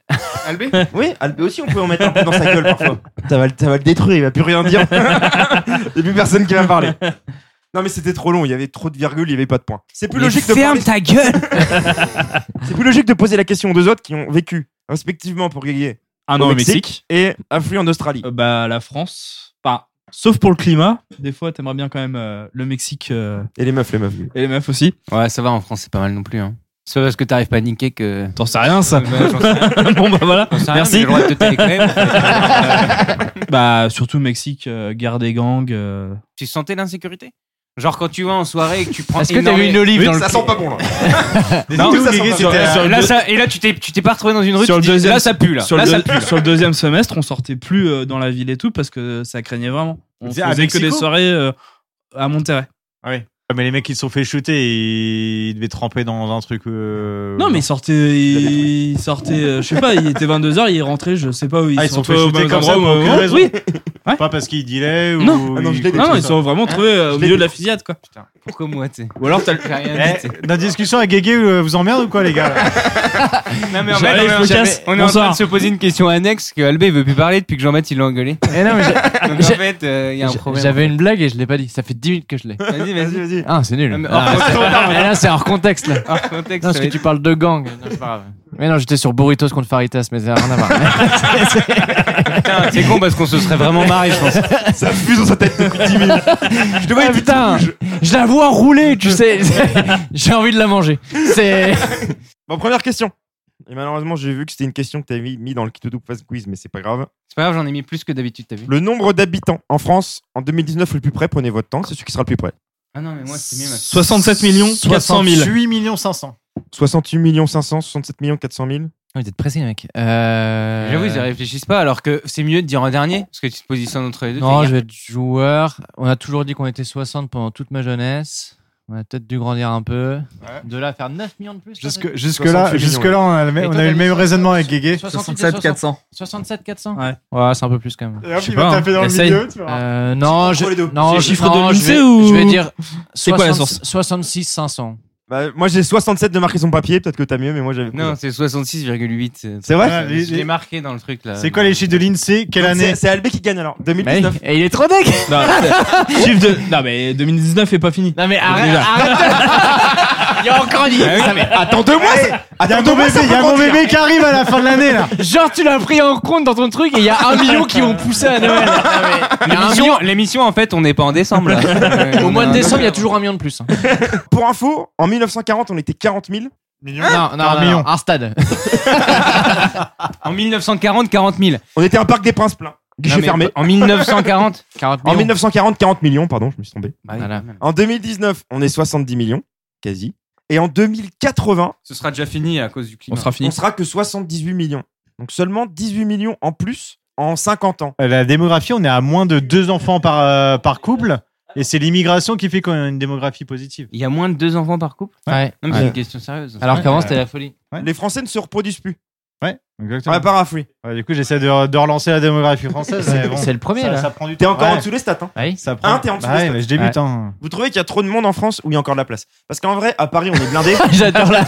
Albé Oui, Albé aussi, on peut en mettre un peu dans sa gueule parfois. Ça va, le- ça va le détruire, il va plus rien dire. il n'y a plus personne qui va parler. Non, mais c'était trop long, il y avait trop de virgules, il n'y avait pas de points. C'est plus, Mais logique de ferme parler- ta gueule c'est plus logique de poser la question aux deux autres qui ont vécu, respectivement pour Guégué, Un au an au Mexique, Mexique. et affluent en Australie. Ah Euh, Bah, la France. Enfin, sauf pour le climat. Des fois, t'aimerais bien quand même euh, le Mexique euh, Et les meufs, les meufs. et les meufs aussi. Ouais, ça va, en France, c'est pas mal non plus. Hein. C'est pas parce que t'arrives pas à niquer que. T'en sais rien, ça. Ouais, j'en sais rien, bon, bah voilà. j'en sais rien, Merci. mais J'ai le droit de te télécrémer, en fait. Bah, surtout Mexique, euh, guerre des gangs. euh, Tu sentais l'insécurité Genre quand tu vas en soirée et que tu prends. Est-ce que t'as eu une énormément- olive dans le Ça sent pas bon là. Bah, Non, tout ça Guégué, sent c'était, pas. euh, Sur le Là, deux- ça, et là, tu t'es, tu t'es pas retrouvé dans une rue. Sur tu le dis, deuxième- là, ça pue. Là, sur, là le ça deux- pue. là. sur le deuxième semestre, on sortait plus euh, dans la ville et tout parce que ça craignait vraiment. On C'est à faisait que des Mexico soirées euh, à Monterrey. Ah, Mais les mecs qui se sont fait shooter, ils devaient tremper dans un truc. euh, Non, mais ils sortaient, ils sortaient, euh, je sais pas, il était 22h, ils rentraient, je sais pas où ils Ah, ils sont sont fait au shooter même comme ça endroit pour au même aucune moment. raison. Oui. Ouais. Pas parce qu'ils dealaient ou. Non. Ah non, je l'ai des ils- Non, non, trucs, ils sont vraiment trouvés Je euh, au l'ai milieu de dit. la fusillade, quoi. Pourquoi moi, tu sais Ou alors, t'as le. J'ai rien dit, Eh, notre discussion avec Guégué euh, vous emmerde ou quoi, les gars Non, mais en J'arrive, fait, on, je me est en- casse. on est en train Bonsoir. de se poser une question annexe que Albé veut plus parler depuis que Jean-Baptiste l'a engueulé. Eh non, mais j'ai- Donc en J'ai- fait, euh, il y a un problème. J'avais une blague et je l'ai pas dit. Ça fait 10 minutes que je l'ai. Vas-y, Vas-y, vas-y. vas-y. Ah, c'est nul. Non, mais Ah, hors c'est- là, c'est hors contexte là. Hors contexte, Non, parce que ça va être- tu parles de gang. Non, c'est pas grave. Mais non, j'étais sur burritos contre faritas, mais ça n'a rien à voir. C'est- c'est- Putain, c'est con parce qu'on se serait vraiment marré, je pense. Ça fuse dans sa tête depuis 10 minutes. Je te vois, Ah, il putain, je la vois rouler, tu sais. J'ai envie de la manger. C'est. Bon, première question. Et malheureusement, j'ai vu que c'était une question que tu avais mis- mis dans le Kito Fast Quiz, mais c'est pas grave. C'est pas grave, j'en ai mis plus que d'habitude, t'as vu Le nombre d'habitants en France en 2019 le plus près, prenez votre temps, c'est celui qui sera le plus près. Ah non, mais moi, c'est mieux. 67 millions 400 000. 8 millions 500. 68 500 67 400 000. Vous êtes pressé, mec. Euh... J'avoue, ils y réfléchissent pas alors que c'est mieux de dire en dernier parce que tu te positionnes entre les deux. Non, t'es je vais être joueur. On a toujours dit qu'on était 60 pendant toute ma jeunesse. On a peut-être dû grandir un peu. De là à faire 9 millions de plus. ça, Jusque, c'est- jusque-là, 68 jusque-là, on a le, Et même- on toi, a eu t'as le dit même 60, raisonnement avec Guégué. 68, 67 400. 67 400 Ouais. Ouais, c'est un peu plus quand même. Et hop, sais il va pas, taper hein. dans le Essaye. milieu, tu vois. Euh, non, je, les deux. non, C'est je- chiffre non, de je vais- l'INSEE ou- Je vais dire. C'est quoi la 60 source 66 500. Bah, moi j'ai 67 de marqué son papier, peut-être que t'as mieux, mais moi j'avais. Non, c'est 66,8. C'est vrai Ah, Les- Je les- l'ai marqué dans le truc là. C'est quoi les chiffres de l'INSEE Quelle Donc, année c'est- C'est Albé qui gagne alors. 2019. Et il est trop deck Non, chiffre de... non, mais 2019 est pas fini. Non mais arrête, Déjà. Ah arrête. Il y a encore Ah dit. Attends deux mois. c'est- Il y a Attends mon deux mois, bébé, ça il y a peut mon conduire. bébé qui arrive à la fin de l'année là. Genre tu l'as pris en compte dans ton truc et il y a un million qui ont poussé à Noël. Il y a un million. L'émission, l'émission, en fait, on n'est pas en décembre là. Ouais, Au on mois de a un- décembre, il y a toujours un million de plus. Pour info, en 1940, on était 40 000. non, non, un non, million. non, un stade. En 1940, 40 000. On était un parc des Princes plein. Guichet Non, mais fermé. En 1940. 40 En millions. 1940, 40 millions, pardon, je me suis tombé. Bah, Voilà. En 2019, on est 70 millions, quasi. Et en 2080, Ce sera déjà fini à cause du On climat. sera on fini. sera que 78 millions. Donc seulement 18 millions en plus en 50 ans. Euh, La démographie, on est à moins de deux enfants par, euh, par couple. Et c'est l'immigration qui fait qu'on a une démographie positive. Il y a moins de deux enfants par couple Ouais. Non, mais c'est Ouais. une question sérieuse. Alors qu'avant c'était la folie. Ouais. Les Français ne se reproduisent plus. Ouais, À exactement. la part à Free. Ouais, du coup, j'essaie de, de relancer la démographie française. mais bon, C'est le premier ça, là. Ah ça prend du T'es temps. encore Ouais. en dessous des stats. hein. Ouais. Ça prend... Hein, t'es en dessous Bah des ouais, stats. mais je débute. hein. Vous trouvez qu'il y a trop de monde en France où il y a encore de la place Parce qu'en vrai, à Paris, on est blindé. J'adore la-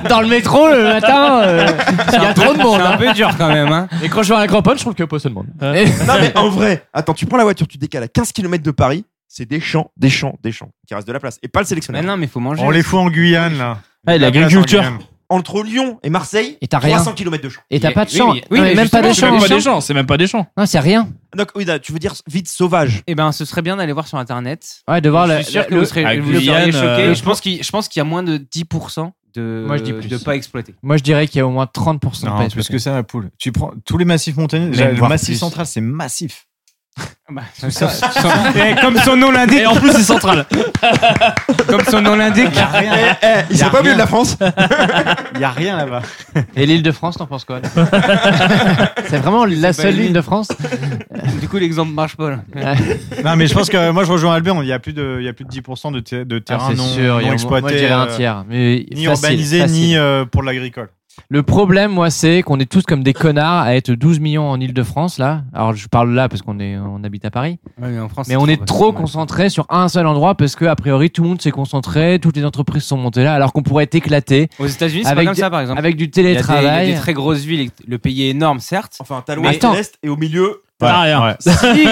Dans le métro le matin, euh, il y a trop de monde. C'est un hein. peu dur quand même. Hein. Et quand je vois un crampon, je trouve qu'il n'y a pas assez de monde. non mais en vrai, attends, tu prends la voiture, tu décales à 15 km de Paris, c'est des champs, des champs, des champs qui restent de la place. Et pas le Mais sélectionneur. non, mais faut manger. On les fout en Guyane là. Ouais, l'agriculture. Ah, La place en Guyane. Entre Lyon et Marseille, Et t'as rien. 300 km de champs. Et t'as Oui, pas de oui, champ. oui, oui, Non, mais mais même pas de C'est champ. même pas les Ah, des champs. gens, c'est même pas des gens. Non, c'est rien. Donc oui, là, tu veux dire vide sauvage. Eh ben, ce serait bien d'aller voir sur internet. Ouais, de voir je le. suis sûr que Eh le- vous serez, Avec vous seriez Guyane, choqués. euh, Je pense qu'il, je pense qu'il y a moins de 10% de, Moi, je dis plus. de pas exploité. Moi, je dirais qu'il y a au moins 30% Non, de pas parce exploité. que ça, la poule. Tu prends tous les massifs montagneux. déjà, le voire massif plus. central, c'est massif. Bah, Eh, comme son nom l'indique, Et en plus, c'est central. comme son nom l'indique. Rien. Eh, ils Y a sont pas au milieu rien. de la France. Il y a rien là-bas. Et l'île de France, t'en penses quoi là C'est vraiment la pas seule une île île. de France. Du coup, l'exemple marche pas. là. Non, mais je pense que moi, je rejoins Albert. Il y a plus de, il y a plus de 10% de, te- de terrain Ah, c'est non, sûr, il y non a au moins- exploité. Moi, je dirais un euh, tiers. Mais Ni facile, urbanisé, facile. ni euh, pour l'agricole. Le problème, moi, c'est qu'on est tous comme des connards à être 12 millions en Ile-de-France, là. Alors, je parle là parce qu'on est, on habite à Paris. Ouais, mais en France, Mais c'est on est trop ouais. concentré sur un seul endroit parce que, a priori, tout le monde s'est concentré, toutes les entreprises sont montées là, alors qu'on pourrait être éclaté Aux États-Unis, c'est pas Avec comme des- ça, par exemple. avec du Il y a des- il y a télétravail. des très grosses villes. Le pays est énorme, certes. Enfin, t'as Mais l'ouest et attends. l'est et au milieu. T'as rien.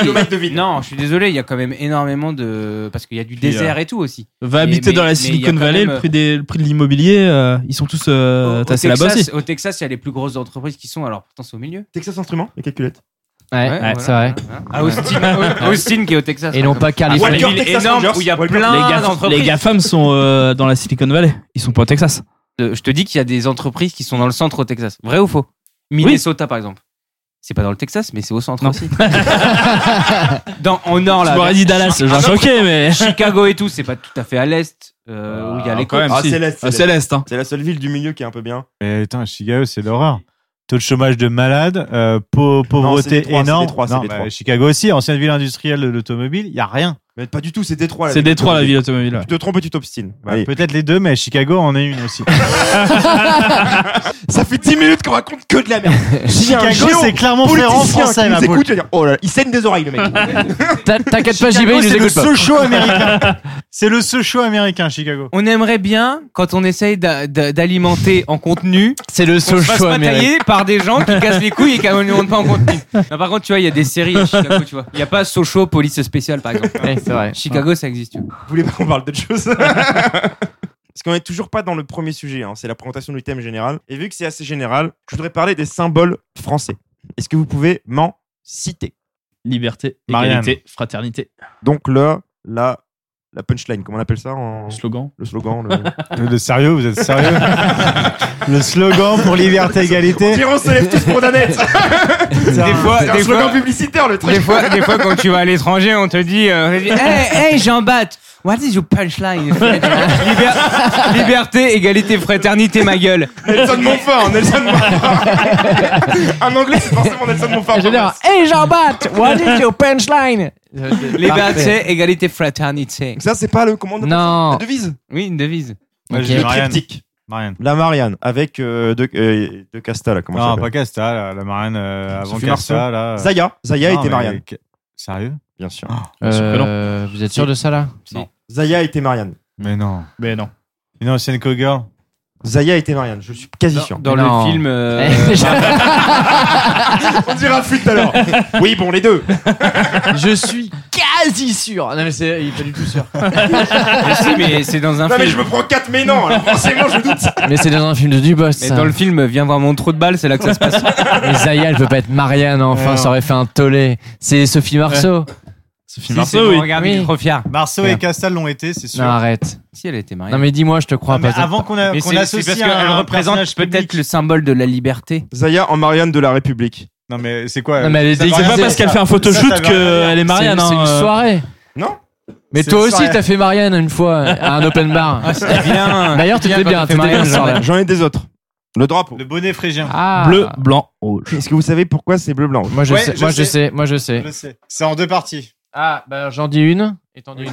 kilomètres de ville. Non, je suis désolé, il y a quand même énormément de. Parce qu'il y a du désert et tout aussi. Va Mais- habiter mais- dans mais la il y a Silicon quand Valley, même- le prix, des, le prix de l'immobilier, euh, ils sont tous euh, au, tassés là-bas Texas, aussi. au Texas, il y a les plus grosses entreprises qui sont, alors pourtant c'est au milieu. Texas Instruments, les calculettes. Ouais, voilà, c'est vrai. voilà, voilà. À Austin, Austin qui est au Texas. Et non pas Californie. Après, Walker, une ville Texas énorme Rangers. où il y a Walker. plein les, gars, d'entreprises. les GAFAM sont euh, dans la Silicon Valley. Ils sont pas au Texas. Euh, Je te dis qu'il y a des entreprises qui sont dans le centre au Texas. Vrai ou faux Minnesota par exemple. C'est pas dans le Texas, mais c'est au centre Non. aussi. dans, en Oh nord Tu là. m'aurais dit Dallas, j'ai un choqué, mais. Chicago et tout, c'est pas tout à fait à l'est euh, où il y a les quand même, Ah, si. c'est l'Est, c'est Ah, C'est l'Est, hein. C'est la seule ville du milieu qui est un peu bien. Mais putain, Chicago, c'est l'horreur. Taux de chômage de malade, euh, c'est pau- les pauvreté trois, c'est énorme. les trois, c'est Non, les bah, trois. Chicago aussi, ancienne ville industrielle de l'automobile, il y a rien. Mais pas du tout, c'est Détroit. la C'est ville. Détroit, la ville automobile. ouais. Tu te trompes et tu t'obstines. Bah, Allez. Peut-être les deux, mais Chicago en est une aussi. Ça fait 10 minutes qu'on raconte que de la merde. S'il y a un Chicago, géant c'est clairement ferrand politicien français, qui la nous poule. écoute, tu vas dire Oh là, là, il saigne des oreilles, le mec. T'as- T'inquiète pas, JB, Chicago, il nous c'est le écoute pas. Sochaux américain. C'est le Sochaux américain, Chicago. On aimerait bien, quand on essaye d'a- d'a- d'alimenter en contenu, C'est le qu'on se fasse Sochaux pas américain. tailler par des gens qui cassent les couilles et qui alimentent pas en contenu. Non, par contre, tu vois, il y a des séries à Chicago, tu vois. Il n'y a pas Sochaux, police spéciale, par exemple. Ouais, c'est vrai. Chicago, ça existe. tu vois. Vous voulez pas qu'on parle d'autre chose Parce qu'on est toujours pas dans le premier sujet, hein, c'est la présentation du thème général. Et vu que c'est assez général, je voudrais parler des symboles français. Est-ce que vous pouvez m'en citer Liberté, Marianne. égalité, fraternité. Donc là, la, la punchline, comment on appelle ça en... Ah, Slogan. Le slogan. Le... Le, le sérieux, vous êtes sérieux Le slogan pour liberté, égalité. Pierrot se lève tous pour Danette Des fois, C'est un des fois, slogan publicitaire le truc Des fois, des fois, quand tu vas à l'étranger, on te dit, euh, on te dit, Hey, hey, Jean Bat, what is your punchline? Liber- liberté, égalité, fraternité, ma gueule. Nelson Montfort Nelson Montfort Un anglais c'est forcément Nelson Montfort Je veux dire, hey jean baptiste what is your punchline Liberté, égalité, fraternité. Donc ça c'est pas le comment on appelle ça Non. La devise Oui, une devise. Moi, Ok. j'ai Le Marianne. triptyque Marianne. La Marianne avec euh, de, euh, de Casta là comment ça Non, s'appelle pas Casta, la, la Marianne euh, avant Sophie Casta, là. Zaya Zaya Non, était mais- Marianne que- Sérieux Bien sûr. Euh, Vous êtes sûr de ça là Zaya était Marianne. Mais non. Mais non. Une ancienne cowgirl. Zaya était Marianne, je suis quasi sûr. Dans Non. le film. euh, On dira flûte alors. oui, bon, les deux. Je suis quasi sûr. Non, mais c'est, il est pas du tout sûr. mais si, mais c'est dans un Non, mais je film. me prends quatre, mais non. Alors forcément, je doute. Mais c'est dans un film de Dubos. Mais ça. dans le film, viens voir mon trou de balle, c'est là que ça se passe. Mais Zaya, elle peut pas être Marianne, enfin, Ouais, ça aurait fait un tollé. C'est Sophie Marceau. Si, Sophie Marceau, c'est bon, oui. Regarde, Oui. il est trop fier. Marceau Bien. et Castal l'ont été, c'est sûr. Non, arrête. Si elle était mariée. Non, mais dis-moi, je te crois Ah, mais pas. avant qu'on a- Mais qu'on c'est- associe c'est parce un- qu'elle un représente personnage peut-être public. le symbole de la liberté. Zaya en Marianne de la République. Non mais c'est quoi Non, mais elle est ça déguisée. veut C'est rien pas C'est- dire, parce qu'elle ça. fait un Ça, photoshoot ça veut rien dire. qu'elle est C'est Marianne. une, c'est une hein, euh, soirée. Non Mais C'est toi une aussi, soirée. t'as fait Marianne une fois à un open bar. C'était bien. D'ailleurs, t'étais bien, t'étais bien. ce soir-là. J'en ai des autres. Le drapeau. Le bonnet phrygien. Ah. Bleu, blanc, rouge. Est-ce que vous savez pourquoi c'est bleu blanc Moi je, Ouais, sais, je moi je sais. sais, moi je sais. Je sais. C'est en deux parties. Ah, bah j'en dis une et t'en dis une.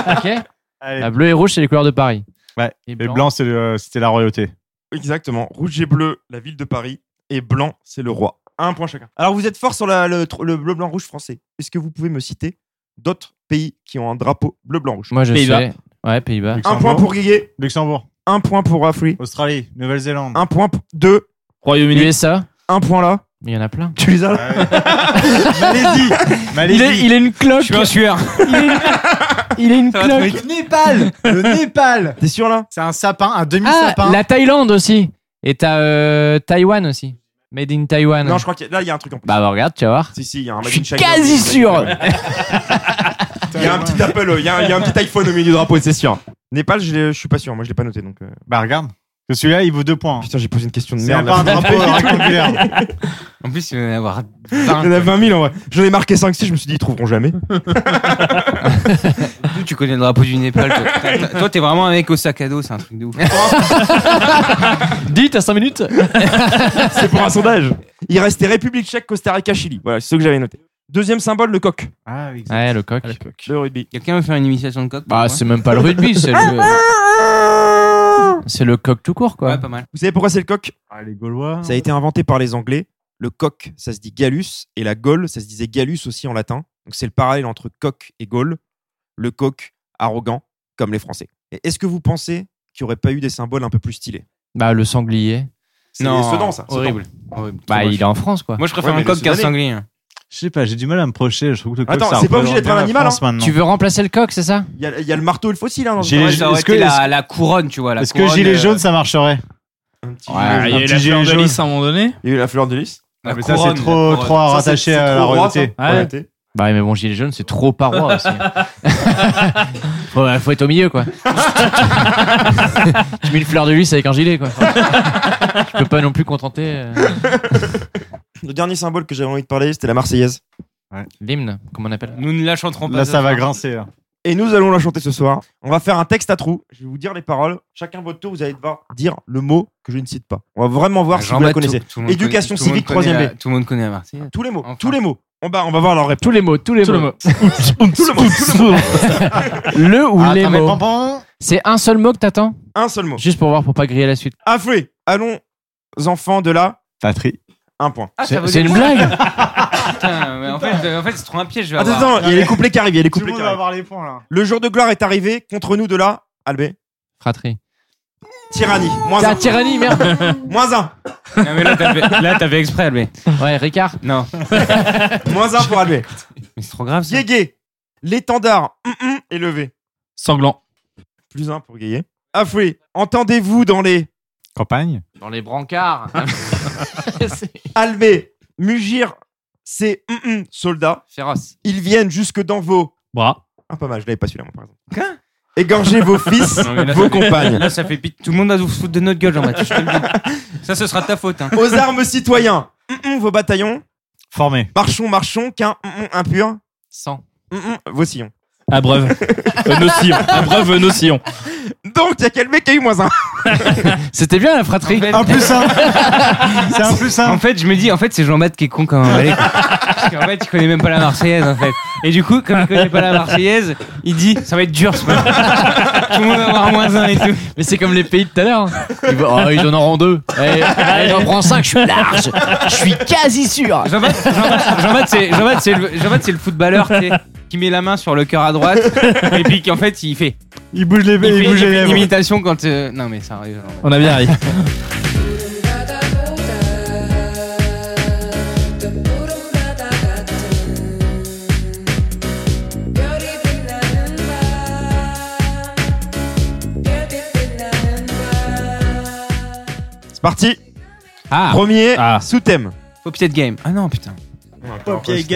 ok. Allez. Ah, bleu et rouge, c'est les couleurs de Paris. Ouais. Et Le blanc, c'est le- c'était la royauté. Exactement. Rouge et bleu, la ville de Paris. Et blanc, c'est le roi. Un point chacun. Alors vous êtes fort sur la- le, tr- le bleu blanc rouge français. Est-ce que vous pouvez me citer d'autres pays qui ont un drapeau bleu blanc rouge Moi je Pays-Bas. sais. Ouais, Pays-Bas. Un point pour Guillet, Luxembourg, un point pour Afri, Australie, Nouvelle-Zélande. un point pour deux, Royaume-Uni. USA, un point là. mais il y en a plein. Tu les as là Ah oui. Malaisie, Malaisie. est une cloque. Je suis un sueur. Il est une Ça va trop cloque. Le Népal, le Népal. T'es sûr là C'est un sapin, un Ah, demi-sapin. la Thaïlande aussi. Et t'as euh, Taïwan aussi. Made in Taïwan. Non, je crois que là il y a un truc en plus. Bah, bah, regarde, tu vas voir. Si, si, il y a un Je suis Made in China. quasi sûr. Il y a un petit Apple, euh, il y, a un- il y a un petit iPhone au milieu du drapeau, c'est sûr. Népal, je, l'ai- je suis pas sûr, moi je l'ai pas noté donc. euh, Bah regarde, que celui-là, il vaut deux points. hein. Putain, j'ai posé une question de C'est un- merde. pas un là. drapeau rectangulaire. En plus, il va y en avoir Il y en a 20. 20 000 en vrai. J'en ai marqué 5-6, je me suis dit ils trouveront jamais. D'où tu connais le drapeau du Népal. toi. Putain, Toi, t'es vraiment un mec au sac à dos, c'est un truc de ouf. Dis, euh, t'as 5 minutes. C'est pour un sondage. Il restait République tchèque, Costa Rica, Chili. Voilà, c'est ce que j'avais noté. Deuxième symbole, le coq. Ah, oui. Ouais, le coq. Le rugby. Quelqu'un veut faire une imitation de coq pour Bah, moi c'est même pas le rugby, c'est le. C'est le coq tout court, quoi. Ouais, pas mal. Vous savez pourquoi c'est le coq Ah, les Gaulois. Ça a été inventé par les Anglais. Le coq, ça se dit Gallus, et la Gaule, ça se disait Gallus aussi en latin. Donc c'est le parallèle entre coq et Gaule. Le coq arrogant, comme les Français. Et est-ce que vous pensez qu'il n'y aurait pas eu des symboles un peu plus stylés Bah, le sanglier. C'est Non, Sedan, ça. Sedan. Horrible. Horrible. Bah, Trop moche. il est en France, quoi. Moi, je préfère Ouais, un mais coq le qu'un Soudanais. sanglier. hein. Je sais pas, j'ai du mal à me projeter. Je trouve que le coq, Attends, ça c'est pas obligé représente d'être un bien la animal, hein. France, maintenant. Tu veux remplacer le coq, c'est ça Il y, a- il y a le marteau et le fossile hein, dans le J'ai- travail. j'ai- Ça aurait est-ce que- été la, la couronne, tu vois. la Est-ce que couronne, gilet euh, jaune, ça marcherait Un petit- Ah, Il y a eu petit la gilet fleur de jaune. lys à un moment donné. Il y a eu la fleur de lys. la Ah, mais ça, c'est couronne, la trop, couronne. trop Ça, c'est- rattaché c'est à euh, la trop roi, royauté. ça. Ouais. Royauté. Bah, ouais, mais bon, gilet jaune, c'est trop par roi aussi. faut, bah, faut être au milieu, quoi. tu mets une fleur de lys avec un gilet, quoi. tu peux pas non plus contenter euh, Le dernier symbole que j'avais envie de parler, c'était la Marseillaise. l'hymne, comme on appelle. Nous ne la chanterons pas. Là, ça va soir. grincer. là. Et nous allons la chanter ce soir. On va faire un texte à trous. Je vais vous dire les paroles. Chacun votre tour, vous allez devoir dire le mot que je ne cite pas. On va vraiment voir si vous la Jean-Baptiste, connaissez. tout- tout le monde Éducation connaît- tout le monde connaît civique, troisième la- Tout le monde connaît la Marseille. Tous les mots, Enfin. tous les mots. On va, on va voir leur réponse. Tous les mots, tous les mots. Tout le mot, tout le mot. Le ou Ah, les attends, mais mots. pompon. C'est un seul mot que t'attends Un seul mot. Juste pour voir, pour pas griller la suite. Affré. Allons, enfants de là. Patrie. Un point. C'est c'est une blague Putain, mais en fait, euh, en fait, c'est trop un piège. Je vais Attends, avoir. attends, il y a les couplets qui arrivent. Il y a les Ah, bah. Tout couplets le monde qui va arrivent. avoir les points, là. Le jour de gloire est arrivé. Contre nous de là. Albé. Fratrie. Tyrannie. Moins Ah, un. tyrannie, merde Moins un. Non, mais là, t'as fait- là, t'as fait exprès, Albé. Ouais, Ricard. Non, Moins un pour Albé. mais c'est trop grave. Ça. Guégué. L'étendard hum, hum, est levé. Sanglant. Plus un pour Guégué. Affré. Entendez-vous dans les. Campagne. Dans les brancards. C'est Albé. Mugir. Ces hum, hum, soldats. Féroce. Ils viennent jusque dans vos. Bras. Ah, pas mal, je l'avais pas celui-là, moi, par exemple. Égorgez vos fils, Non, mais là, vos ça fait- compagnes. Là, ça fait pite. Tout le monde va vous foutre de notre gueule, Jean-Baptiste. je te le dis. Ça, ce sera ta faute. Hein. Aux armes citoyens, hum, hum, vos bataillons. Formé. Marchons, marchons, qu'un hum, hum, impur. Sang. hum, hum, vos sillons. Abreuve. Euh, Nocillon. Abreuve, nocillon. Donc, il y a quel mec qui a eu moins un C'était bien la fratrie. En fait- Un plus un. C'est un plus un. En fait, je me dis, en fait, c'est Jean-Baptiste qui est con quand même. Allez, quoi. Parce qu'en fait, il connaît même pas la Marseillaise, en fait. Et du coup, comme il connaît pas la Marseillaise, il dit, ça va être dur ce matin. tout le monde va avoir moins un et tout. Mais c'est comme les pays de tout à l'heure. Ils, vont- oh, ils en auront deux. Eh, eh, J'en prends cinq, je suis large. Je suis quasi sûr. Jean-Baptiste, Jean-Baptiste, Jean-Baptiste, c'est- Jean-Baptiste, c'est le, Jean-Baptiste, c'est le footballeur, tu sais, qui met la main sur le cœur à droite, et puis qu'en fait, il fait. Il bouge les, Il il fait bouge les une lèvres. imitation quand. euh, Non, mais ça arrive. On a bien ri. C'est parti. Ah. Premier Ah. sous-thème. Faut peut-être game. Ah non, putain.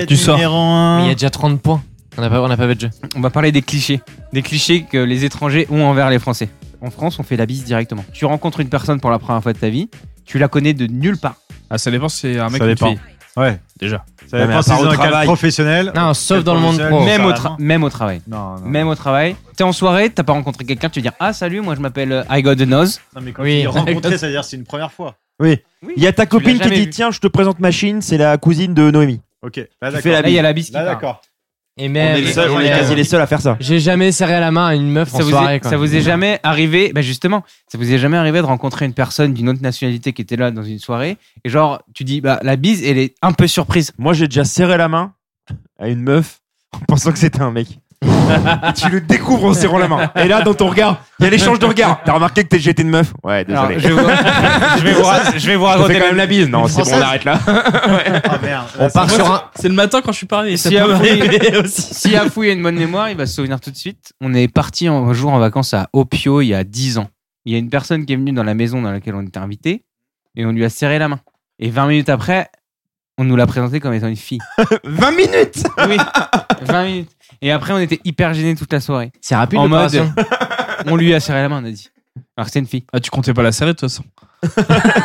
Tu sors. numéro Mais il y a 1. déjà 30 points. On n'a pas, on a pas fait de jeu. On va parler des clichés. Des clichés que les étrangers ont envers les Français. En France, on fait la bise directement. Tu rencontres une personne pour la première fois de ta vie, tu la connais de nulle part. Ah, ça dépend, c'est un mec Ça ou une dépend. fille. Ouais. Déjà. Non, mais Ça à dépend si part c'est au dans un cadre travail. professionnel. Non, sauf c'est dans le pas monde officiel. Oh, pro. Mais- même, ça au va, tra- non même au travail. Non, non. Même au travail. T'es en soirée, t'as pas rencontré quelqu'un, tu vas dire Ah, salut, moi je m'appelle euh, I got the nose. Non, mais quand Oui. tu dis rencontrer, ça veut dire que c'est une première fois. Il y a ta copine qui jamais dit vu. Tiens, je te présente Machine, c'est la cousine de Noémie. Ok. Là, fais la d'accord. Là, il y a la bise qui Là, part. d'accord. Et même. On est les seuls, et on est même- Quasi les seuls à faire ça. J'ai jamais serré la main à une meuf en Ça vous, soirée. est, quoi. ça vous est jamais arrivé, bah justement, ça vous est jamais arrivé de rencontrer une personne d'une autre nationalité qui était là dans une soirée et genre tu dis bah la bise elle est un peu surprise. Moi, j'ai déjà serré la main à une meuf en pensant que c'était un mec. tu le découvres en serrant la main. Et là, dans ton regard, il y a l'échange de regards. T'as remarqué que t'es jeté de meuf Ouais, Alors, désolé. Ah, je, vous- je vais vous, ra- je vais vous On fait raconter quand même la bise. Non, c'est bon, Française. on arrête là. Ah merde. On part Moi, sur c'est- un. C'est le matin quand je suis parlé. Ça Si peut à vous- m'arriver aussi. Si Afou a une bonne mémoire, il va se souvenir tout de suite. On est parti en- un jour en vacances à Opio il y a 10 ans. Il y a une personne qui est venue dans la maison dans laquelle on était invité et on lui a serré la main. Et 20 minutes après, on nous l'a présentée comme étant une fille. 20 minutes Oui, 20 minutes. Et après, on était hyper gênés toute la soirée. C'est rapide. en l'opération. mode, on lui a serré la main, on a dit. Alors que c'est une fille. Ah, tu comptais pas la serrer de toute façon.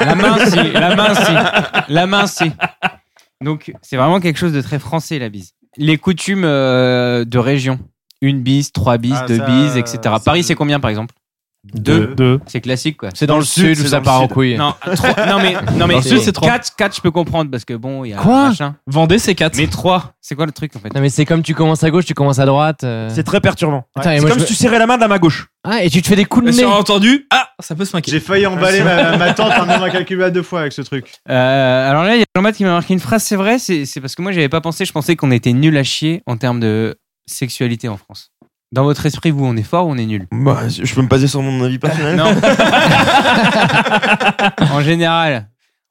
La main, si. La main, si. La main, si. Donc, c'est vraiment quelque chose de très français, la bise. Les coutumes euh, de région. Une bise, trois bises, Ah, deux ça, bises, etc. ça- Paris, c'est combien, par exemple Deux. Deux. C'est classique, quoi. C'est dans, le sud où c'est ça dans le part en sud. couille. Non, trois- non, mais, non, mais Dans le sud, c'est trois. Quatre, quatre, je peux comprendre, parce que bon, il y a Quoi machin. Vendée, c'est quatre. Mais trois, c'est quoi le truc, en fait Non, mais c'est comme tu commences à gauche, tu commences à droite. euh. C'est très perturbant. Attends, et C'est moi, comme je si tu serrais la main de la main gauche. Ah, et tu te fais des coups de Si nez. on a entendu, ah, ça peut se J'ai maquiller. failli emballer ma, ma tante en ma calculé deux fois avec ce truc. Euh, alors là, il y a Jean-Baptiste qui m'a marqué une phrase, c'est vrai, c'est c'est parce que moi j'avais pas pensé, je pensais qu'on était nul à chier en termes de sexualité en France. Dans votre esprit, vous, on est fort ou on est nul Bah, je peux me baser sur mon avis personnel. Non. en général,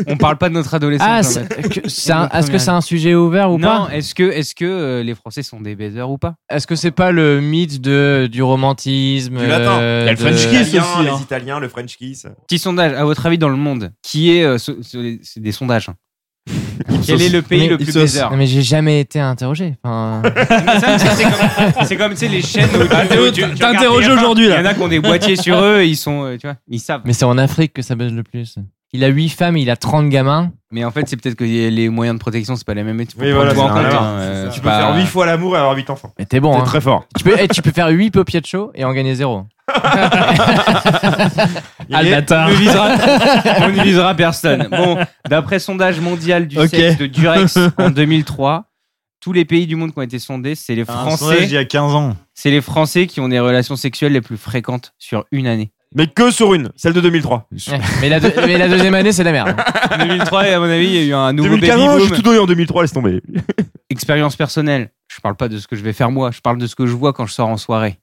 on parle pas de notre adolescence. Ah, en c'est- fait. que- c'est un- Notre est-ce que première. c'est un sujet ouvert ou non, pas est-ce que, est que euh, les Français sont des baiseurs ou pas Est-ce que c'est pas le mythe de, du romantisme Du latin. euh, Il y a le de- French kiss. Italiens, aussi, hein. Les Italiens, le French kiss. Petit sondage, à votre avis, dans le monde, qui est. euh, ce- ce- c'est des sondages. hein. Quel est le pays Mais le plus Ipsos. baiseur Non, mais j'ai jamais été interrogé. Enfin, Mais ça, C'est c'est comme, c'est comme, tu sais, les chaînes où Théo, tu- tu- tu t'interroges regardes aujourd'hui, Il y en là. a qui ont des boîtiers sur eux et ils sont. euh, tu vois, ils savent. mais c'est en Afrique que ça baise le plus. Il a 8 femmes, il a 30 gamins. Mais en fait, c'est peut-être que y- les moyens de protection, c'est pas les mêmes. mais Tu peux Oui, prendre voilà, tout ça en n'a rien compte, à voir. hein, euh, Tu c'est peux pas- faire 8 fois l'amour et avoir 8 enfants. Mais t'es bon. C'est hein. très fort. Tu, peux, eh, tu peux faire 8 popiers de chaud et en gagner 0. Ah, le On ne visera, on ne visera personne. Bon, d'après sondage mondial du Ok. sexe de Durex en 2003, tous les pays du monde qui ont été sondés, c'est les Un sondage d'il Français, y a 15 ans. c'est les Français qui ont des relations sexuelles les plus fréquentes sur une année. Mais que sur une, celle de 2003. Ouais. mais, la deux- mais la deuxième année, c'est la merde. 2003, à mon avis, il y a eu un nouveau 2015, non, baby j'ai boom. tout donné en 2003, laisse tomber. Expérience personnelle. Je parle pas de ce que je vais faire moi. Je parle de ce que je vois quand je sors en soirée.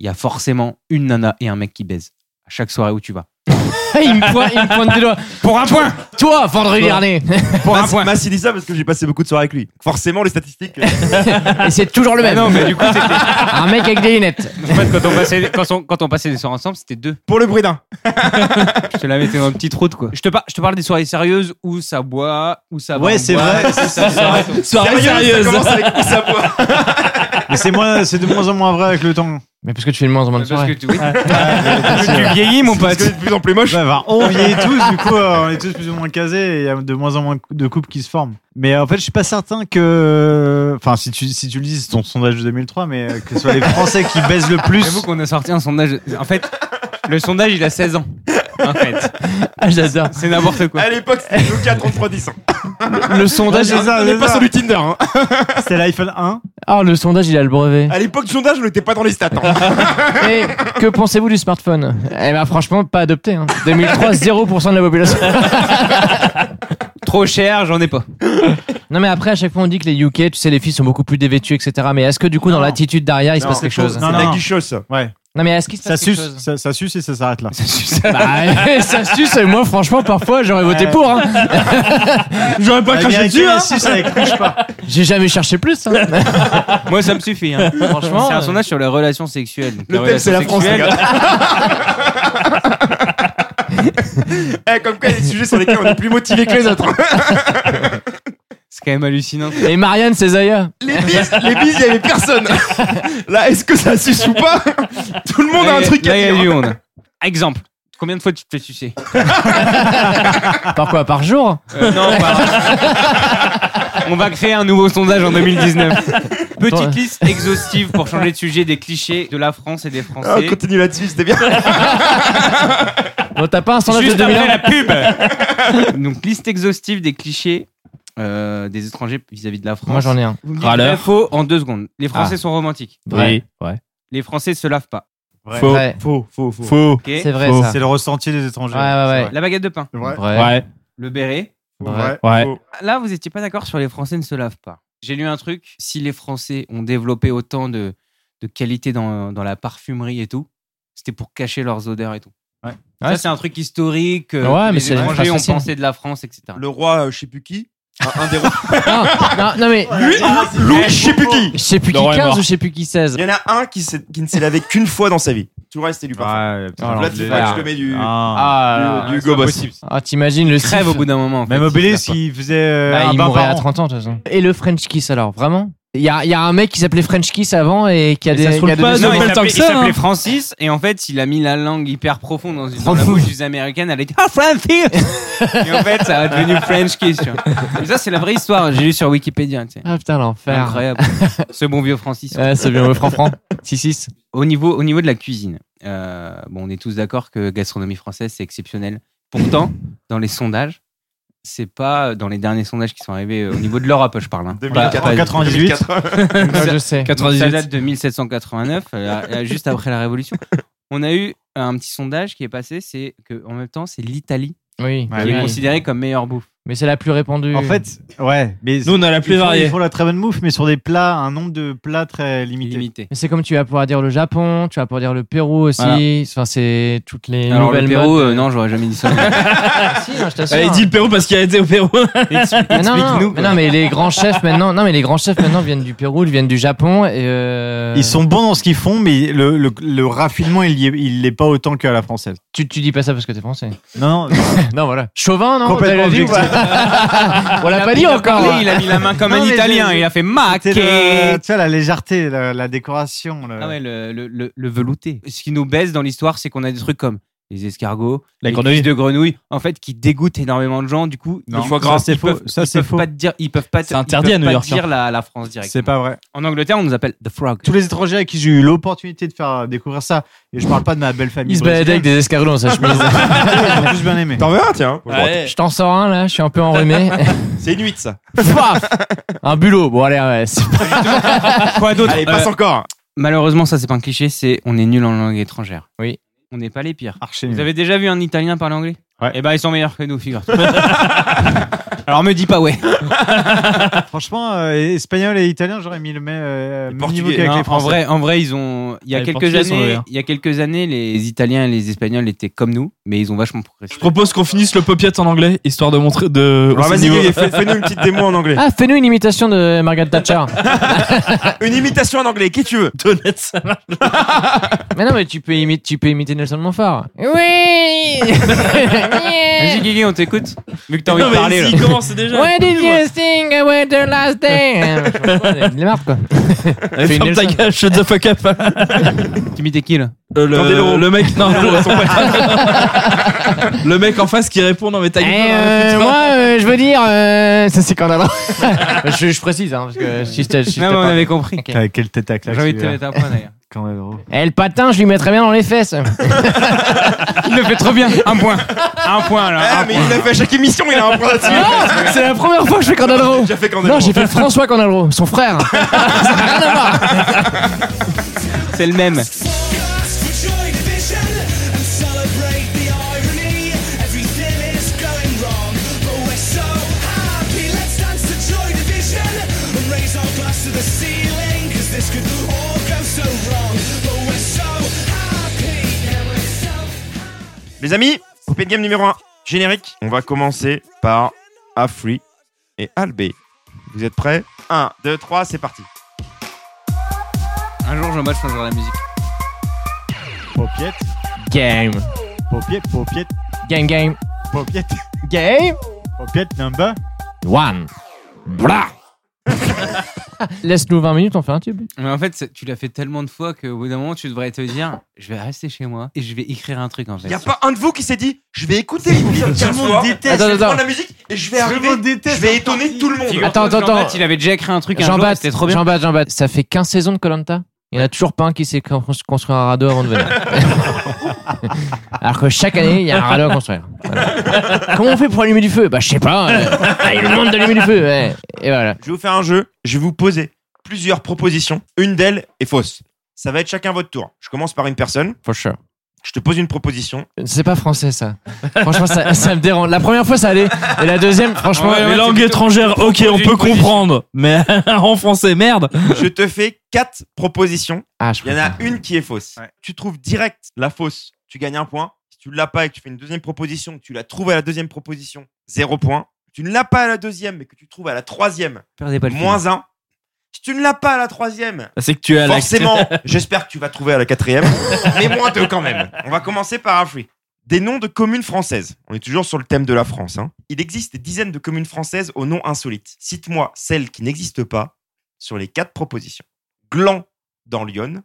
Il y a forcément une nana et un mec qui baisent à chaque soirée où tu vas. il, me pointe, il me pointe des doigts. Pour un point, Toi, vendredi dernier. pour un Mas- point. Mas, il dit ça parce que j'ai passé beaucoup de soirées avec lui. Forcément, les statistiques. euh, et c'est toujours le Ah même. non, mais du coup, c'était- Un mec avec des lunettes. en fait, quand on passait, quand on- quand on passait des soirs ensemble, c'était deux. Pour le bruit d'un. Je te la mettais dans une petite route, quoi. Je te, par- je te parle des soirées sérieuses où ça boit, où ça Ouais, boit, c'est boit. vrai. Soirée sérieuse. Mais c'est moins, c'est de moins en moins vrai avec le temps. Mais parce que tu fais le moins en moins de Parce que soirées. tu, oui. tu vieillis, mon Parce pote. que c'est de plus en plus moche. Ouais, bah, on vieillit tous, du coup, euh, on est tous plus ou moins casés et il y a de moins en moins de couples qui se forment. Mais euh, en fait, je suis pas certain que. Enfin, si tu, si tu le dis, c'est ton sondage de 2003, mais euh, que ce soit les Français qui baissent le plus. J'avoue qu'on a sorti un sondage. En fait, le sondage, il a 16 ans. En fait, Ah, j'adore. c'est n'importe quoi. À l'époque, c'était Nokia 3310. Le sondage. Ouais, c'est ça, On c'est n'est pas ça. sur du Tinder. hein. C'est l'iPhone 1. Ah, le sondage, il a le brevet. À l'époque du sondage, on n'était pas dans les stats. hein. Et que pensez-vous du smartphone Eh ben, franchement, pas adopté. Hein. 2003, 0% de la population. Trop cher, j'en ai pas. Non, mais après, à chaque fois, on dit que les UK, tu sais, les filles sont beaucoup plus dévêtues, etc. Mais est-ce que du coup, dans l'attitude derrière, il se Non, passe quelque chose Non, C'est non. la guichose. Ouais. Non, mais est-ce qu'il se Ça passe quelque suce, chose ça, ça suce et ça s'arrête là. Bah, ça suce, et moi, franchement, parfois, j'aurais voté pour. hein. J'aurais pas La craché vérité, dessus, Euh, la hein. suce, elle accouche pas. J'ai jamais cherché plus. hein. Moi, ça me suffit. hein. Franchement, c'est un euh, sondage sur les relations sexuelles. Le thème, c'est la France, les Eh, comme quoi, il y a des sujets sur lesquels on est plus motivé euh, que les autres. C'est quand même hallucinant. Et Marianne Césaia. Les bises, les bises, il y avait personne. Là, est-ce que ça suce ou pas Tout le monde a un truc Là, il y à a dire. du monde. Exemple. Combien de fois tu te fais sucer Par quoi Par jour Non, On va créer un nouveau sondage en 2019. Attends. Petite liste exhaustive pour changer de sujet des clichés de la France et Oh, des Ah, Français. continue là-dessus, c'était bien. Bon, t'as pas un sondage de Juste 2001 après la pub Donc, liste exhaustive des clichés euh, des étrangers vis-à-vis de la France. Moi, j'en ai Ah. un. Vous me dites vrai, Râleur. faux en deux secondes. Les Français sont romantiques. Vrai. Les Français se lavent pas. Faux. Faux, faux, faux. Faux. Ok C'est vrai, ça. C'est le ressenti des étrangers. Ouais, ouais, ouais. La baguette de pain. Vrai. Ouais. Le béret. Vrai. Ouais. Là, vous étiez pas d'accord sur les Français ne se lavent pas. J'ai lu un truc. Si les Français ont développé autant de, de qualité dans, dans la parfumerie et tout, c'était pour cacher leurs odeurs et tout. Ouais, ça, c'est un truc historique. euh, Ouais, que mais les c'est la étrangers ont facile. pensé de la France, etc. Le roi, euh, je sais plus qui. Un, un des rois. Non, non, non, mais Lui, Louis, je sais plus qui. je sais plus qui Laurent est 15 mort. ou je sais plus qui 16. Il y en a un qui, s'est- qui ne s'est lavé qu'une fois dans sa vie. Tout le reste, c'est du parfum. Ouais, putain, Donc alors, là, tu, les- là, tu te mets du. Ah. Ah, du- du gobos. Ah, t'imagines le Crève au bout d'un moment. en fait. Même Obélix, il faisait euh, Ah, un il bain mourrait par à an. 30 ans, de toute façon. Et le French Kiss, alors, vraiment Il y a, il y a un mec qui s'appelait French Kiss avant et qui a Et des. ça se qui a trouve pas, des- non, Non, il s'appelle tant s'appelait que il ça, s'appelait hein. Francis et en fait il a mis la langue hyper profonde dans, dans la bouche des Américaines avec Ah Francis et en fait ça a devenu French kiss tu vois. et ça c'est la vraie histoire j'ai lu sur Wikipédia tu sais. Ah putain, l'enfer. incroyable ce bon vieux Francis Ouais, c'est bien, ouais, franc-franc. 6-6. au niveau au niveau de la cuisine euh, bon on est tous d'accord que gastronomie française c'est exceptionnel pourtant dans les sondages c'est pas dans les derniers sondages qui sont arrivés euh, au niveau de l'Europe je parle hein. 2004. en 98. 2004. Ouais, Ah, je sais. Ça date de 1789, euh, euh, juste après la Révolution. On a eu un petit sondage qui est passé, c'est que en même temps, c'est l'Italie Oui. Ouais, qui oui. est considérée comme meilleure bouffe. Mais c'est la plus répandue. En fait, ouais. Mais Nous, on a la plus ils font, ils variée. font la très bonne mouffe, mais sur des plats, un nombre de plats très limité. Limitée. Mais c'est comme tu vas pouvoir dire le Japon, tu vas pouvoir dire le Pérou aussi. Voilà. Enfin, c'est toutes les Alors nouvelles le Pérou, modes. euh, non, j'aurais jamais dit ça. Ah, si, non, je t'assure. Allez, dis le Pérou parce qu'il a été au Pérou. Mais non, non, Explique-nous, mais non, mais les grands chefs maintenant, non, mais les grands chefs maintenant viennent du Pérou, ils viennent du Japon et euh, Ils sont bons dans ce qu'ils font, mais le, le- le raffinement, il y est- il l'est pas autant qu'à la française. Tu, tu dis pas ça parce que t'es français. Non, non, non, voilà. Chauvin, non Complètement On l'a dit ou pas On l'a pas dit encore. Parlé, il a mis la main comme Non, un mais Italien, je- il a fait mac. c'est le- tu vois, la légèreté, la, la décoration. le- Ah ouais, le, le- le- le velouté. Ce qui nous baisse dans l'histoire, c'est qu'on a des trucs comme les escargots, La les grenouille. cuisses de grenouille, en fait, qui dégoûtent énormément de gens. Du coup, Non, ils peuvent- ça, c'est ils faux. peuvent- Ça, ils c'est peuvent faux. pas te dire, ils peuvent pas, te- C'est interdit ils à peuvent New pas York, te ça. dire la, la France direct. C'est pas vrai. En Angleterre, on nous appelle the frog. Tous les étrangers à qui j'ai eu l'opportunité de faire découvrir ça, et je parle pas de ma belle famille. Il se baladait avec des escargots dans sa chemise. brésilienne, Ils ont tous bien aimé. T'en veux un, tiens. je t'en sors un là, je suis un peu enrhumé. C'est une huit, ça. Paf Un bulot. Bon allez, ouais, c'est pas- Quoi d'autre Allez, passe encore. Malheureusement, ça c'est pas un cliché, c'est on est nul en langue étrangère. Oui. On n'est pas les pires. Archi. Vous avez déjà vu un Italien parler anglais Hmm. Ouais. Eh ben ils sont meilleurs que nous, figure. Alors me dis pas ouais. Franchement, euh, espagnol et italien, j'aurais mis le même, euh, même Portugais. niveau qu'avec Non, les en français. vrai, en vrai, ils ont. Il y a Ouais, les quelques Portugais sont années, meilleurs. il y a quelques années, les Italiens et les Espagnols étaient comme nous, mais ils ont vachement progressé. Je propose qu'on finisse le popiette en anglais, histoire de montrer de. Alors, au vas-y, niveau. Guy, fais- fais-nous une petite démo en anglais. Ah, fais-nous une imitation de Margaret Thatcher. Une imitation en anglais, qui tu veux Donuts. mais non, mais tu peux imiter, tu peux imiter Nelson Montfort. Oui. Vas-y Guigui, on t'écoute. Vu que t'as envie Non, de parler. mais là. il commence déjà. What did you think about the last day? Il est marre, quoi. Allez, Fais une Ferme ta leçon. gueule, shut the fuck up. Tu imites qui là Euh, le, Candelo. le mec, non, le, le mec en face qui répond, non mais ta gueule. Eh, non, euh, putain. moi, euh, je veux dire, euh, ça c'est scandaleux. je, je précise, hein, parce que si c'était. Si Non, c'était mais on pas- avait compris. Ok. Avec quel tête à claque J'ai envie de te celui-là. mettre un point d'ailleurs. Quand même, drôle. Eh, le patin, je lui mettrais bien dans les fesses. Il le fait trop bien. Un point. Un point là. Ah, un mais point. il l'a fait à chaque émission, il a un point là-dessus. c'est la première fois que je fais Candalro. J'ai fait quand Non, j'ai fait François Candalro, son frère. C'est le même. Ceiling, cause this could all go so wrong, but we're so happy. Les amis, poupée de gamme numéro 1, générique. On va commencer par Afri et Albé. Vous êtes prêts 1, 2, 3, c'est parti. Un jour, Jean-Baptiste changera la musique. Paupiette, Game. paupiette, paupiette, Game, game. paupiette, Game. paupiette, number. One. Blah. Laisse-nous 20 minutes, on fait un tube. Mais en fait, c'est- tu l'as fait tellement de fois qu'au bout d'un moment, tu devrais te dire je vais rester chez moi et je vais écrire un truc en fait. Il a pas un de vous qui s'est dit je vais écouter les Beatles 15 fois, je Attends, vais prendre attends. la musique et je vais arriver, je vais étonner tout le monde. Attends, attends, Jean-Baptiste, attends. Il avait déjà écrit un truc un jour, Jean-Baptiste, c'était trop bien. Jean-Baptiste, Jean-Baptiste, ça fait 15 saisons de Colanta. Il y en a toujours pas un qui s'est constru- construit un radeau avant de venir. Alors que chaque année, il y a un radeau à construire. Voilà. Comment on fait pour allumer du feu Bah, je sais pas. euh, ah, il nous demande d'allumer du feu. ouais. Et voilà. Je vais vous faire un jeu, je vais vous poser plusieurs propositions. Une d'elles est fausse. Ça va être chacun votre tour. Je commence par une personne, For sure. je te pose une proposition. C'est pas français, ça. Franchement, ça, ça me dérange. La première fois, ça allait. Et la deuxième, franchement. Ouais, mais langue étrangère, ok, on peut comprendre, mais en français, merde. Je te fais quatre propositions. Ah, je Il y en a préfère. une qui est fausse. Tu trouves direct la fausse, tu gagnes un point. Si tu l'as pas et que tu fais une deuxième proposition, que tu la trouves à la deuxième proposition, zéro point. Tu ne l'as pas à la deuxième, mais que tu trouves à la troisième, Perdez pas le fil. moins un. Si tu ne l'as pas à la troisième, Ah, C'est que tu as Forcément, j'espère que tu vas trouver à la quatrième, mais moins deux quand même. On va commencer par un free. Des noms de communes françaises. On est toujours sur le thème de la France. hein. Il existe des dizaines de communes françaises aux noms insolites. Cite-moi celles qui n'existent pas sur les quatre propositions. Gland dans l'Yonne,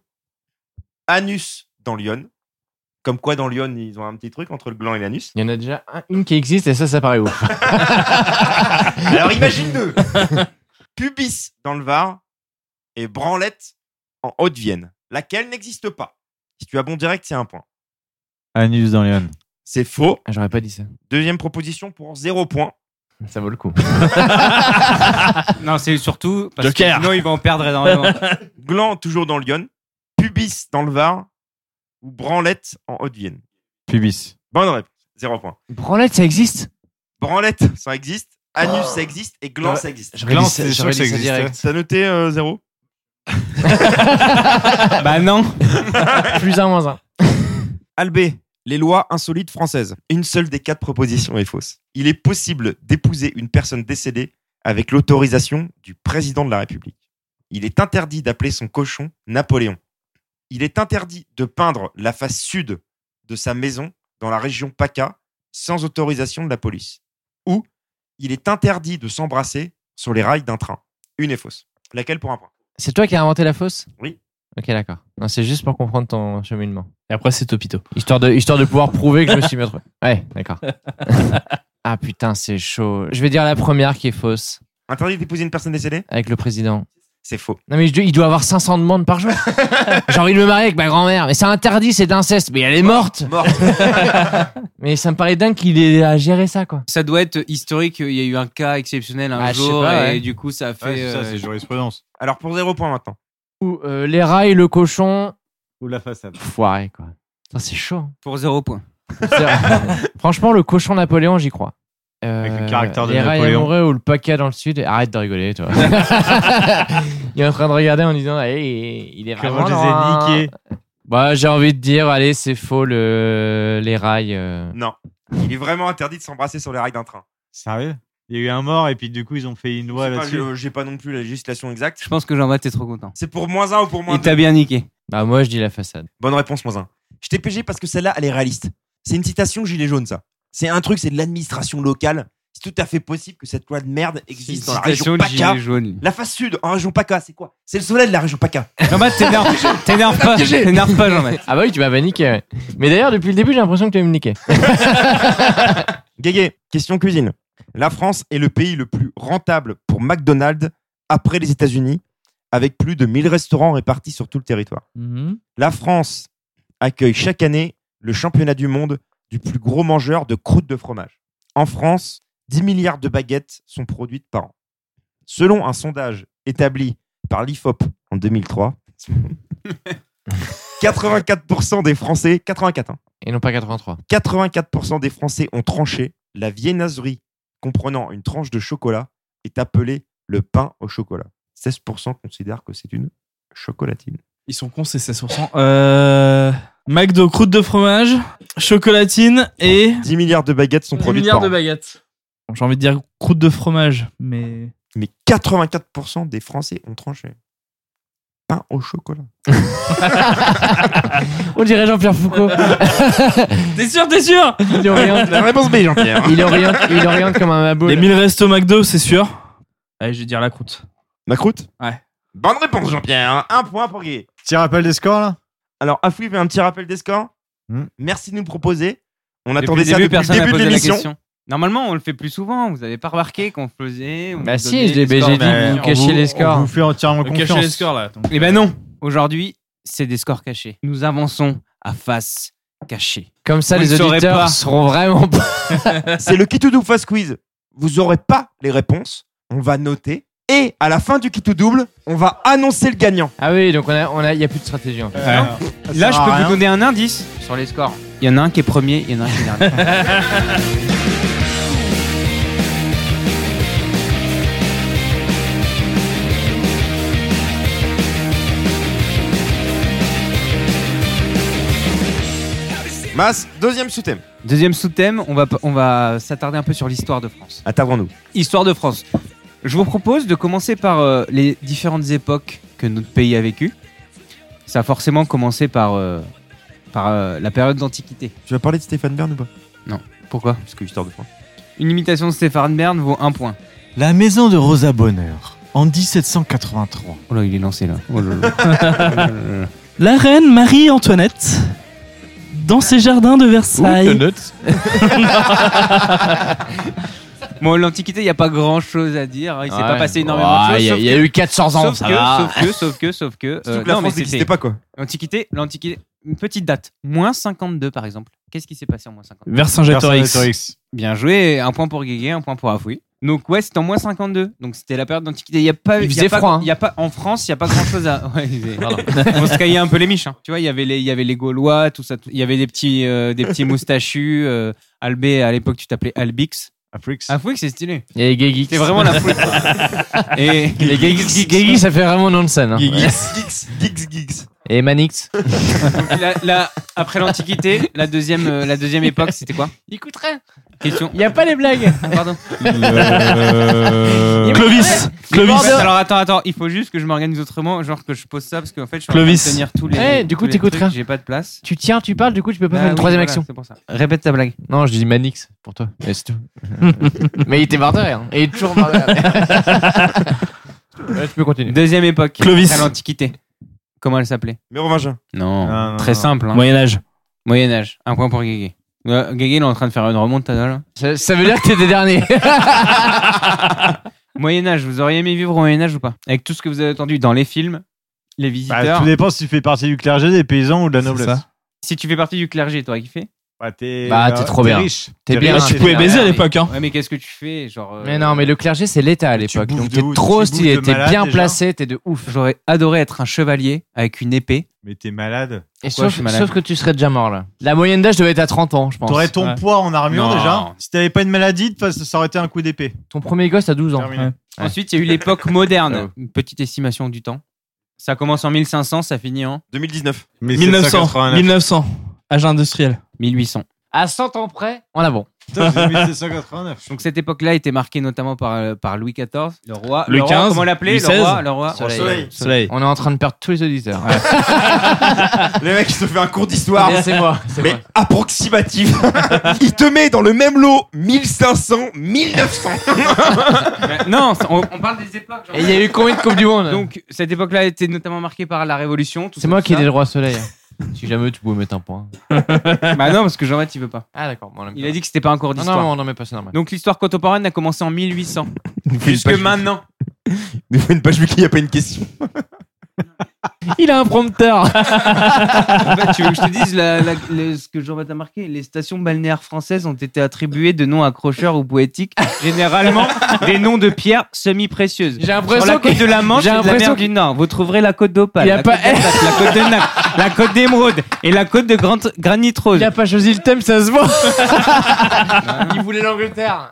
Anus dans l'Yonne. Comme quoi dans l'Yonne, ils ont un petit truc entre le gland et l'anus. Il y en a déjà un- une qui existe et ça, ça paraît ouf. Alors imagine deux. Pubis dans le Var et Branlette en Haute-Vienne. Laquelle n'existe pas. Si tu as bon direct, c'est un point. Anus dans Lyon. C'est faux. Ah, J'aurais pas dit ça. Deuxième proposition pour zéro point. Ça vaut le coup. Non, c'est surtout parce Joker. que sinon, il va en perdre énormément. Gland toujours dans Lyon. Pubis dans le Var. Ou Branlette en Haute-Vienne. Pubis. Bonne réponse. Zéro point. Branlette, ça existe Branlette, ça existe. Anus, ça existe. Et gland, ça existe. J'aurais Gland, dit ça- c'est sûr j'aurais que ça dit ça existait. direct. T'as noté euh, zéro bah non. Plus un, moins un. Albé, les lois insolites françaises. Une seule des quatre propositions est fausse. Il est possible d'épouser une personne décédée avec l'autorisation du président de la République. Il est interdit d'appeler son cochon Napoléon. Il est interdit de peindre la face sud de sa maison dans la région PACA sans autorisation de la police. Ou il est interdit de s'embrasser sur les rails d'un train. Une est fausse. Laquelle pour un point C'est toi qui as inventé la fosse Oui. Ok, d'accord. Non, c'est juste pour comprendre ton cheminement. Et après, c'est Topito. Histoire de, histoire de pouvoir prouver que je me suis bien trouvé. Ouais, d'accord. ah putain, c'est chaud. Je vais dire la première qui est fausse, Interdit d'épouser une personne décédée avec le président. C'est faux. Non, mais je dois- il doit avoir 500 demandes par jour. J'ai envie de me marier avec ma grand-mère. Mais c'est interdit, c'est d'inceste. Mais elle est morte. Mort. Mais ça me paraît dingue qu'il ait à gérer ça, quoi. Ça doit être historique. Il y a eu un cas exceptionnel un Ah, je sais jour pas, et ouais. du coup, ça a fait. Ouais, Ah, c'est ça, euh, c'est jurisprudence. Alors pour zéro point maintenant. Ou euh, les rails, le cochon. Ou la façade. Foiré, quoi. Putain, c'est chaud. hein. pour zéro point. C'est- Franchement, le cochon Napoléon, j'y crois. Euh, Avec le caractère de les rails Napoléon. amoureux ou le paquet dans le sud. Arrête de rigoler, toi. il est en train de regarder en disant, Allez, il est vraiment Comment je loin. les ai niqués. Bah, j'ai envie de dire, allez, c'est faux, le... les rails. euh. Non. Il est vraiment interdit de s'embrasser sur les rails d'un train. Sérieux Il y a eu un mort et puis du coup, ils ont fait une Je loi sais pas, là-dessus. je- J'ai pas non plus la législation exacte. Je pense que Jean-Baptiste est trop content. C'est pour moins 1 ou pour moins Il 2 t'a bien niqué. Bah, moi, je dis la façade. Bonne réponse, moins 1. Je t'ai pégé parce que celle-là, elle est réaliste. C'est une citation gilet jaune, ça. C'est un truc, c'est de l'administration locale. C'est tout à fait possible que cette loi de merde existe dans la Citation région de PACA. Gilet jaune. La face sud, en région PACA, c'est quoi C'est le soleil de la région PACA. Jean-Baptiste, t'énerve- t'énerve pas. T'énerve pas, Jean-Baptiste. Ah, bah oui, tu m'avais niqué. ouais. Mais d'ailleurs, depuis le début, j'ai l'impression que tu vas me niquer. Guégué, question cuisine. La France est le pays le plus rentable pour McDonald's après les États-Unis, avec plus de 1000 restaurants répartis sur tout le territoire. La France accueille chaque année le championnat du monde du plus gros mangeur de croûtes de fromage. En France, 10 milliards de baguettes sont produites par an. Selon un sondage établi par l'IFOP en 2003, 84% des Français, 84, hein, Et non pas 83. 84% des Français ont tranché. La viennoiserie comprenant une tranche de chocolat est appelée le pain au chocolat. 16% considèrent que c'est une chocolatine. Ils sont cons, c'est 16%. Euh... McDo, croûte de fromage, chocolatine et 10 milliards de baguettes sont 10 produites Ah. milliards par de an. baguettes. Bon, J'ai envie de dire croûte de fromage, mais Mais 84% des Français ont tranché. Pain au chocolat. On dirait Jean-Pierre Foucault. t'es sûr, t'es sûr Il oriente, La réponse B, Jean-Pierre. il oriente, il oriente comme un maboule. Les 1000 restos McDo, c'est sûr. Allez, je vais dire la croûte. La croûte Ouais. Bonne réponse, Jean-Pierre. hein. Un point pour Guy. Petit rappel des scores, là Alors, Afoui fait un petit rappel des scores. Hmm. Merci de nous proposer. On Depuis attendait le ça début, depuis personne le n'a début posé de la l'émission. question. Normalement, on le fait plus souvent. Vous n'avez pas remarqué qu'on faisait. on Bah vous si, donnait je l'ai des j'ai scores, dit, mais vous on- me cachez les scores. Ben, On vous fait entièrement Cacher confiance. les scores là. Eh ben non. Aujourd'hui, c'est des scores cachés. Nous avançons à face cachée. Comme ça, Vous les ne saurez auditeurs pas. seront vraiment pas. C'est le qui tout double face quiz. Vous aurez pas les réponses. On va noter. Et à la fin du qui tout double, on va annoncer le gagnant. Ah oui, donc on a, on a, il y a plus de stratégie en fait. Euh, ça Là, je sert à peux rien. vous donner un indice sur les scores. Il y en a un qui est premier, il y en a un qui est dernier. Mas, deuxième sous-thème. Deuxième sous-thème, on va, on va s'attarder un peu sur l'histoire de France. Attardons-nous. Histoire de France. Je vous propose de commencer par euh, les différentes époques que notre pays a vécues. Ça a forcément commencé par, euh, par euh, la période d'Antiquité. Tu vas parler de Stéphane Bern ou pas Pourquoi Parce que histoire de France. Une imitation de Stéphane Bern vaut un point. La maison de Rosa Bonheur, en 1783. Oh là, il est lancé là. Oh là là. La reine Marie-Antoinette, dans ses jardins de Versailles. bon, l'Antiquité, il n'y a pas grand chose à dire. hein. Il s'est pas passé énormément Ah, de choses. Il y, a- sauf il y a que- eu 400 ans, Sauf ça que, va. sauf que, sauf que, sauf que, euh, Ah. Surtout que la non, mais France c'était- n'existait pas, quoi. L'Antiquité, l'Antiquité, une petite date. Moins 52, par exemple. Qu'est-ce qui s'est passé en moins 52 Vercingétorix. Bien joué, un point pour Guégué, un point pour Afoui. Donc ouais, c'était en moins 52. Donc c'était la période d'Antiquité. Il y a pas, Il y a faisait pas- froid, hein. Il y a pas en France, il y a pas grand chose à. Ouais, il faisait- pardon. On se caillait un peu les miches. hein. Tu vois, il y avait les, il y avait les Gaulois, tout ça. tout- Il y avait des petits, euh, des petits moustachus. euh, Albé, à l'époque, tu t'appelais Albix. Afoui, c'est stylé. Il y a les gay geeks. C'est vraiment la foule. Et Les gay geeks, gay geeks, ça fait vraiment nom de scène. hein. Geeks, geeks, geeks. Et Manix. la- la- après l'Antiquité, la deuxième, euh, la deuxième époque, c'était quoi Il coûte rien. Question. Il y a pas les blagues. Ah, Pardon. Clovis. En Clovis. fait, alors attends, attends, il faut juste que je m'organise autrement, genre que je pose ça parce qu'en fait je suis Clovis. en train de tenir tous les. Eh, du tous coup, les t'écoutes trucs, rien. J'ai pas de place. Tu tiens, tu parles, du coup, tu peux pas Bah faire une oui, troisième voilà, action. C'est pour ça. Répète ta blague. Non, je dis Manix pour toi. Mais c'est tout. Mais il était mort de rire, hein. Il est toujours mort de rire. Ouais, tu peux continuer. Deuxième époque. Clovis. À l'Antiquité. Comment elle s'appelait Mérovingien. Non. Non, non, Très non. simple. Hein. Moyen-Âge. Moyen Âge. Un point pour Guégué. Euh, Guégué, il est en train de faire une remontada là. Ça, ça veut dire que t'étais dernier. Moyen Âge. Vous auriez aimé vivre au Moyen Âge ou pas Avec tout ce que vous avez entendu dans les films, les Bah, visiteurs. tout dépend si tu fais partie du clergé, des paysans ou de la C'est noblesse. ça. Si tu fais partie du clergé, t'aurais kiffé Bah, t'es Bah, t'es trop bien. riche. T'es bien, riche. tu Tu C'est pouvais bien, baiser à mais- l'époque, hein. Ouais, mais qu'est-ce que tu fais, genre euh, Mais non, mais le clergé, c'est l'État à tu l'époque. bouffes Donc de t'es ouf, trop tu bouffes stylé, de t'es malade, bien déjà. placé, t'es de ouf. J'aurais adoré être un chevalier avec une épée Mais t'es malade. Et Pourquoi je sauf, suis malade sauf que tu serais déjà mort là. La moyenne d'âge devait être à 30 ans, je pense. T'aurais ton Ouais. poids en armure Non. déjà. Si t'avais pas une maladie, de face, ça aurait été un coup d'épée. Ton premier gosse à 12 ans. Terminé. Ouais. Ouais. Ah Ensuite, il y a eu l'époque moderne. Une petite estimation du temps. Ça commence en 1500, ça finit en 2019. Mais 1900. 1789. 1900. Âge industriel. 1800. À 100 ans près, on a bon. Putain, c'est 1789. Donc cette époque-là était marquée notamment par, euh, par Louis XIV, le roi. Louis le roi, XV, comment l'appeler Louis Le roi, XVI. le roi. Ah, Soleil. Soleil. Soleil. On est en train de perdre tous les auditeurs. Le mec, il se fait un cours d'histoire. Ah, c'est moi, c'est moi. Mais approximatif. il te met dans le même lot 1500, 1900. Ouais, non, ça- on, on parle des époques. genre. Et il y a eu combien de Coupes du Monde Donc cette époque-là était notamment marquée par la Révolution. tout C'est ça, moi tout qui ai ça. des droits soleil. hein. Si jamais tu pouvais mettre un point. Bah non, parce que Jean-Baptiste, il veut pas. Ah d'accord, bon, on aime Il pas. a dit que c'était pas un cours Non, d'histoire. non, non, mais pas, c'est normal. Donc l'histoire contemporaine a commencé en 1800. Jusque Une page- maintenant. Nous fait une page Wiki, il n'y a pas une question. Il a un prompteur En fait, tu veux que je te dise la- la- le- ce que Jean-Baptiste a marqué Les stations balnéaires françaises ont été attribuées de noms accrocheurs ou poétiques, généralement des noms de pierres semi-précieuses. J'ai Sur la l'impression côte qu'il de la Manche j'ai et de la l'impression mer du Nord, vous trouverez la côte d'Opale, Il y a la, pas- côte d'Atlas, la côte de Naples, la côte d'Émeraude et la côte de Grande- Granite Rose. il a pas choisi le thème, ça se voit Il voulait l'Angleterre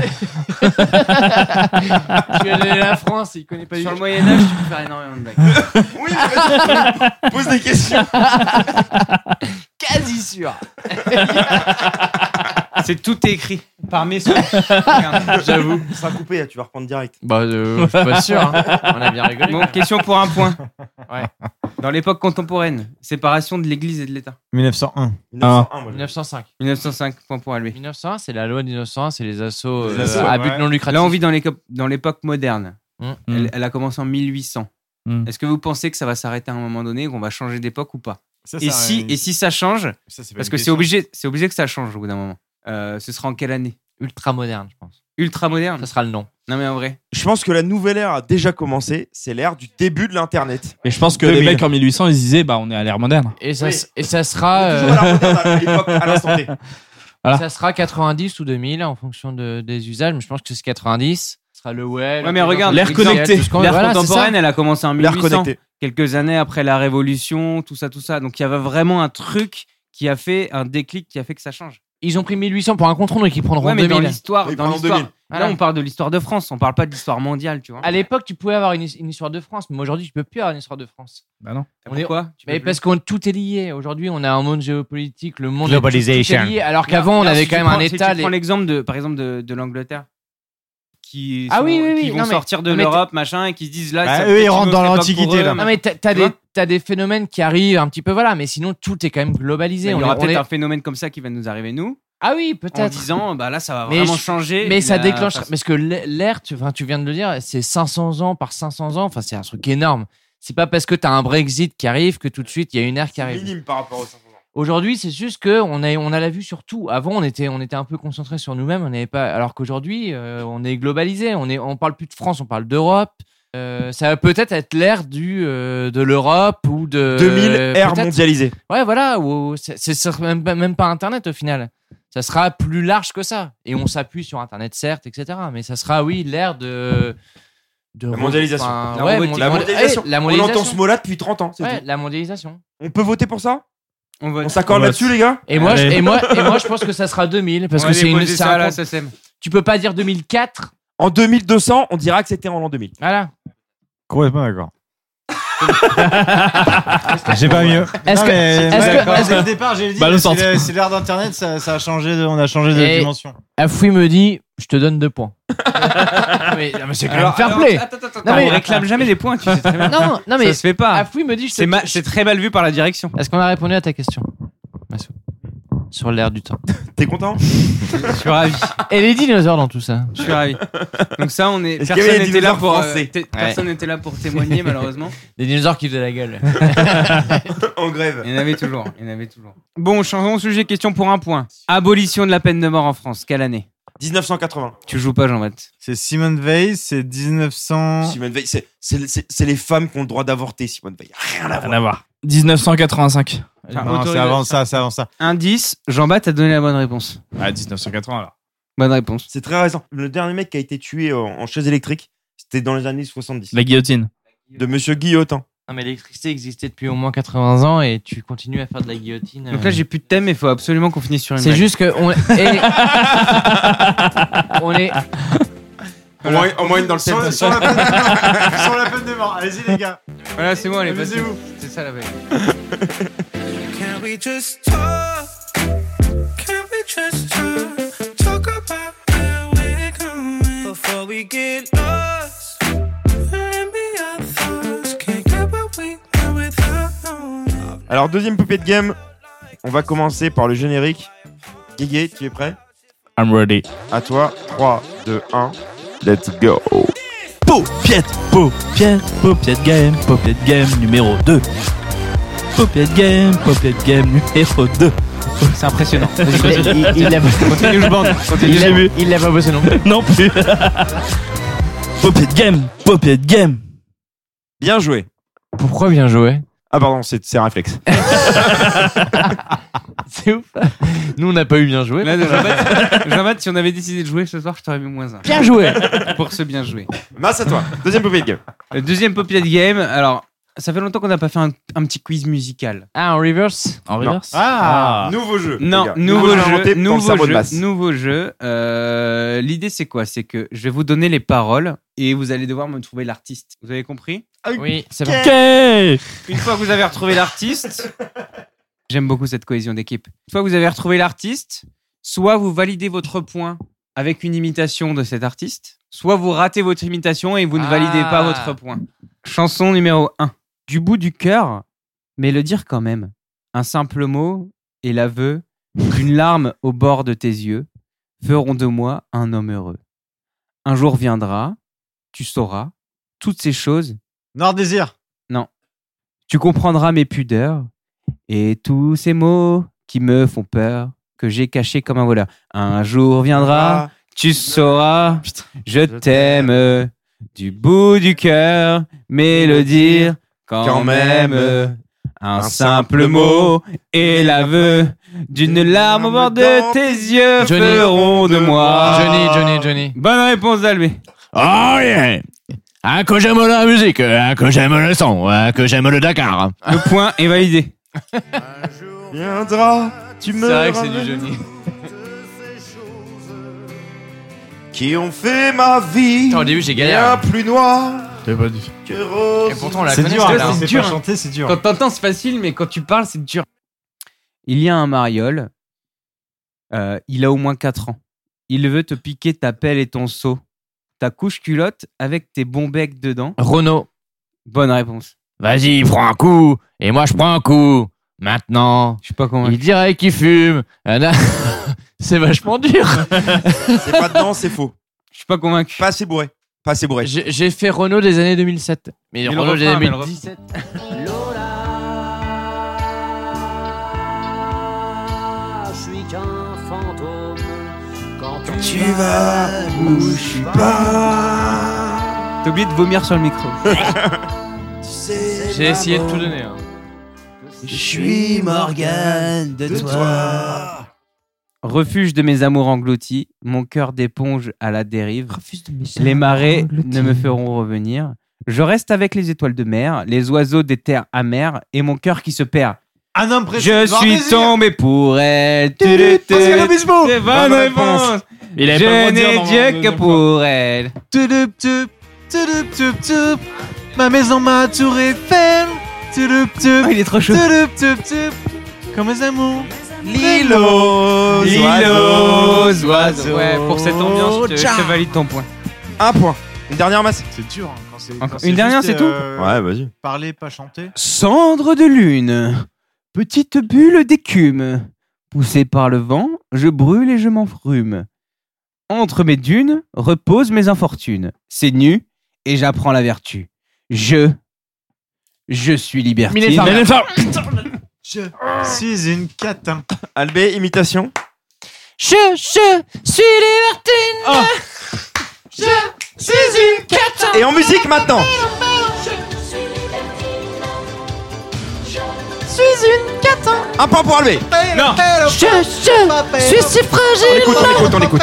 tu es allé à la France, il connaît pas du Sur le tout. Moyen Âge, tu peux faire énormément de blagues. Oui, mais pose des questions. Quasi sûr. C'est tout est écrit par mes soins. Ah, J'avoue. Ça sera coupé, hein, tu vas reprendre direct. Bah, euh, je suis pas sûr. hein. On a bien rigolé. Bon, question pour un point. Ouais. Dans l'époque contemporaine, séparation de l'Église et de l'État. 1901. Ah. 1901, moi, 1905. 1905, point pour lui. 1901, c'est la loi de 1901, c'est les assauts euh, Les assauts, à but ouais. non Ah, lucratif. Là, on vit dans l'éco- dans l'époque moderne. Mmh. Mm. Elle, elle a commencé en 1800. Mm. Est-ce que vous pensez que ça va s'arrêter à un moment donné, qu'on va changer d'époque ou pas et, si, et si ça change, parce que c'est obligé, c'est obligé que ça change au bout d'un moment. Euh, ce sera en quelle année Ultra moderne, je pense. Ultra moderne Ça sera le nom. Non mais en vrai. Je pense que la nouvelle ère a déjà commencé. C'est l'ère du début de l'Internet. Mais je pense que 2000. les mecs en 1800, ils se disaient, bah, on est à l'ère moderne. Et ça, Oui. s- et ça sera. euh, Toujours la moderne à l'époque, à l'instant T. Voilà. Ça sera 90 ou 2000 en fonction de- des usages, mais je pense que c'est 90. Ce sera le web. Ouais, mais regarde, L'air exemple, connecté. L'ère contemporaine, elle a commencé en L'ère 1800, connectée. quelques années après la Révolution, tout ça, tout ça. Donc il y avait vraiment un truc qui a fait un déclic, qui a fait que ça change. Ils ont pris 1800 pour un contre donc ils prendront Ouais, mais dans 2000. l'histoire, Oui, dans pendant l'histoire. 2000. Là, Voilà. Ah, on parle de l'histoire de France, on parle pas de l'histoire mondiale, tu vois. À l'époque, tu pouvais avoir une, his- une histoire de France, mais aujourd'hui, tu peux plus avoir une histoire de France. Bah non. on est- Pourquoi Tu peux Mais plus. parce que tout est lié. Aujourd'hui, on a un monde géopolitique, le monde est- tout est Globalisation. lié. Alors qu'avant, on Là, avait si quand tu même un prends- si état. Tu les- prends l'exemple de, par exemple, de, de l'Angleterre, qui, Ah sont- oui, oui, oui, qui vont non, mais- sortir de non, mais l'Europe, machin, et qui se disent là, Bah, ça- eux, peut-être ils une rentrent autre dans époque l'antiquité, pour eux, là. Non, mais t'as t'as Tu des, vois t'as des phénomènes qui arrivent un petit peu, voilà, mais sinon, tout est quand même Il globalisé. y On aura est- on peut-être est- un phénomène comme ça qui va nous arriver nous Ah oui, en peut-être. disant bah là ça va Mais vraiment je- changer. Mais ça la déclenche façon- parce que l'e- l'air, tu, enfin, tu viens de le dire, c'est 500 ans par 500 ans. Enfin, c'est un truc énorme. C'est pas parce que t'as un Brexit qui arrive que tout de suite il y a une ère qui arrive. Minime par rapport aux 500 ans. Aujourd'hui, c'est juste que on a on a la vue sur tout. Avant, on était on était un peu concentré sur nous-mêmes. On n'avait pas. Alors qu'aujourd'hui, euh, on est globalisé. On est on parle plus de France, on parle d'Europe. Euh, ça va peut-être être l'ère du euh, de l'Europe ou de 2000 euh, ère peut-être- mondialisée. Ouais, voilà, ou, ou- c'est c'est sur- même, pas- même pas Internet au final. Ça sera plus large que ça. Et on s'appuie sur Internet, certes, etc. Mais ça sera, oui, l'ère de, de. La mondialisation. enfin, La ouais, robotique. mon- La mon- mondialisation. eh, la On mondialisation. entend ce mot-là depuis 30 ans. c'est Ouais, tout. la mondialisation. On peut voter pour ça on va On s'accorde Ouais. là-dessus, les gars Et moi, je, Allez. et, moi, et moi, je pense que ça sera 2000. Parce on que va c'est une. déposer c'est ça un là, compte- ça sème. Tu peux pas dire 2004. En 2200, on dira que c'était en l'an 2000. Voilà. Complètement d'accord. J'ai pas mieux. Est-ce que- Non, mais- est-ce que- d'accord. est-ce que- Dès le départ, j'ai dit, Bah, le c'est centre. le- c'est l'ère d'Internet, ça, ça a changé, de- on a changé de Et- dimension. Afoui me dit je te donne deux points. mais, non, mais c'est quand même fair play. Attends, attends, attends, Non, mais- on réclame jamais des points, tu sais très bien. Non, non, mais Ah, ça se fait pas. Afoui me dit je te C'est ma- c'est très mal vu par la direction. Est-ce qu'on a répondu à ta question Massou Sur l'air du temps. T'es content Je suis ravi. Et les dinosaures dans tout ça Je suis ravi. Donc ça, on est. Est-ce qu'il y avait Personne des n'était là dinosaures pour. euh, français té- Personne n'était là pour témoigner malheureusement. Des dinosaures qui faisaient la gueule. En grève. Il y en avait toujours. Il y en avait toujours. Bon, changeons de sujet. Question pour un point. Abolition de la peine de mort en France. Quelle année 1980. Tu joues pas, Jean-Baptiste. C'est Simone Veil, c'est Ah. 1900. Simone Veil, c'est- c'est c'est- c'est les femmes qui ont le droit d'avorter, Simone Veil. Rien à voir. Rien à voir. 1985. Ah, Non, c'est avant ça, c'est avant ça. Indice. Jean-Baptiste a donné la bonne réponse. Ah, 1980 alors. Bonne réponse. C'est très récent. Le dernier mec qui a été tué en, en chaise électrique, c'était dans les années 70. La guillotine. De Monsieur hein. Guillotin. Non, mais l'électricité existait depuis au moins 80 ans et tu continues à faire de la guillotine. Donc là, j'ai plus de thème, mais il faut absolument qu'on finisse sur une. C'est blague. juste que. On, et- on est. Au moins, au moins une dans le Sur, thème. sur la peine de... sur la peine de mort, allez-y les gars. Voilà, c'est bon, allez, passez. Amusez-vous. C'est ça la veille. Alors, deuxième poupée de game. On va commencer par le générique. Guégué, tu es prêt I'm ready. À toi. 3, 2, 1. Let's go. Paupiette, paupiette. Popiette Game, Popiette Game numéro 2. Popiette Game, Popiette Game numéro 2. C'est impressionnant. Vas-y, Il, continue. il- il a- Continue, je bande. Continue. il a- il a pas bossé non plus. non plus. Popiette Game, Popiette Game. Bien joué. Pourquoi bien jouer Ah, pardon, c'est c'est un réflexe. C'est ouf. Nous, on n'a pas eu bien joué. Là, Jean-Baptiste, Jean-Baptiste, si on avait décidé de jouer ce soir, je t'aurais mis moins un. Bien joué Pour ce bien joué. Masse à toi. Deuxième poupée de game. Le deuxième popier de game, alors, Ça fait longtemps qu'on n'a pas fait un, un petit quiz musical. Ah, en reverse En reverse Ah, Nouveau jeu. les Non, gars. nouveau inventé jeu, dans le cerveau nouveau de jeu, masse. nouveau jeu. Euh, L'idée c'est quoi C'est que je vais vous donner les paroles et vous allez devoir me trouver l'artiste. Vous avez compris Oui, c'est bon. Ok Une fois que vous avez retrouvé l'artiste, j'aime beaucoup cette cohésion d'équipe. Une fois que vous avez retrouvé l'artiste, soit vous validez votre point avec une imitation de cet artiste, soit vous ratez votre imitation et vous ne Ah. validez pas votre point. Chanson numéro 1. Du bout du cœur, mais le dire quand même. Un simple mot et l'aveu d'une larme au bord de tes yeux feront de moi un homme heureux. Un jour viendra, tu sauras toutes ces choses Nord Désir. tu comprendras mes pudeurs et tous ces mots qui me font peur, que j'ai cachés comme un voleur. Un jour viendra, tu sauras, Ah. je t'aime du bout du cœur, mais le dire quand Quand même. même. Un simple mot et l'aveu d'une larme au bord de tes yeux Johnny. feront de moi. Johnny, Johnny, Johnny. Bonne réponse d'Albé. Oh yeah Hein, que j'aime la musique, hein, que j'aime le son, hein, que j'aime le Dakar. Le point est validé. Viendra, tu me. C'est vrai que c'est ramènes du Johnny. Qui ont fait ma vie Putain, au début, j'ai bien galéré. hein. plus noire T'avais pas dit. que rose. Et pourtant, on la C'est connaît, dur, celle-là. hein, c'est dur, dur. hein. Chanter, c'est dur. Quand t'entends, c'est facile, mais quand tu parles, c'est dur. Il y a un mariole. Euh, il a au moins 4 ans. Il veut te piquer ta pelle et ton seau. Ta couche culotte avec tes bons becs dedans. Renault. Bonne réponse. Vas-y, prends un coup, et moi je prends un coup. Maintenant, Je sais pas comment. il dirait qu'il fume. Ah, non. C'est vachement dur. C'est pas dedans, c'est faux. Je suis pas convaincu. Pas assez bourré. Pas assez bourré. J'ai j'ai fait Renault des années 2007. Mais, Mais le Renault des refrain, années mais le 2017. Quand tu vas où je suis pas. T'as oublié de vomir sur le micro. J'ai essayé de tout donner. hein. Je suis Morgane de toi. Refuge de mes amours engloutis. Mon cœur d'éponge à la dérive. Les marées ne me feront revenir. Je reste avec les étoiles de mer, les oiseaux des terres amères et mon cœur qui se perd. Un homme précis. Ah Je Nord suis Désir. tombé pour elle. Tu, tu, tu. Pascal Obispo. C'est bonne Bonne réponse. réponse. Il avait Je pas le droit de dire n'ai dans Dieu mon que deuxième fois. pour elle. Tudup, tup, tudup, tup, tup. Ma maison, ma tour Eiffel. Tudup, tup, Ah, il est trop chaud. tudup, tup, tup. Comme mes amours. Îlots, Lilo. Lilo. oiseaux. Ouais, pour cette ambiance, je te, je te valide ton point. Un point. Une dernière masse. C'est dur hein, quand c'est. Encore- quand une dernière, c'est tout euh, vas-y. Parler, pas chanter. Cendre de lune, petite bulle d'écume. Poussée par le vent, je brûle et je m'enfrume. Entre mes dunes reposent mes infortunes. C'est nu et j'apprends la vertu. Je, je suis libertine. Je suis une catin. Albé, imitation. Je, je suis libertine. Je suis une catin. Oh. Et en musique maintenant. Un point pour Albé. Je, je suis si On fragile. écoute, on écoute, on écoute.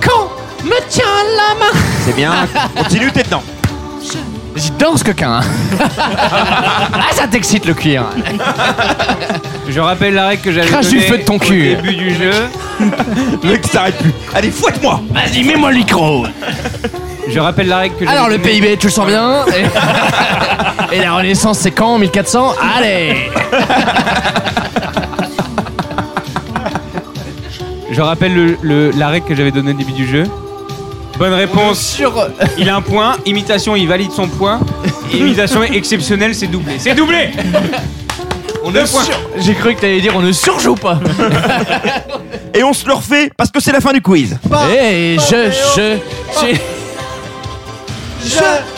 Quand me tient la main. C'est bien. Continue, t'es dedans. J'y danse, coquin. ah, ça t'excite le cuir. Je rappelle la règle que j'avais Crache du donnée feu de ton au cul. début du jeu. Le mec s'arrête plus. Allez, fouette-moi. Vas-y, mets-moi le micro. Je rappelle la règle que j'avais Alors, le donnée- PIB, tu le sens bien. Et, et la renaissance, c'est quand 1400 Allez Je rappelle le, le- la règle que j'avais donnée au début du jeu. Bonne réponse. Sur. Il a un point. Imitation, il valide son point. Et imitation exceptionnelle, c'est doublé. C'est doublé On a point. J'ai cru que t'allais dire on ne surjoue pas. Et on se le refait parce que c'est la fin du quiz. Et je, je, je. Je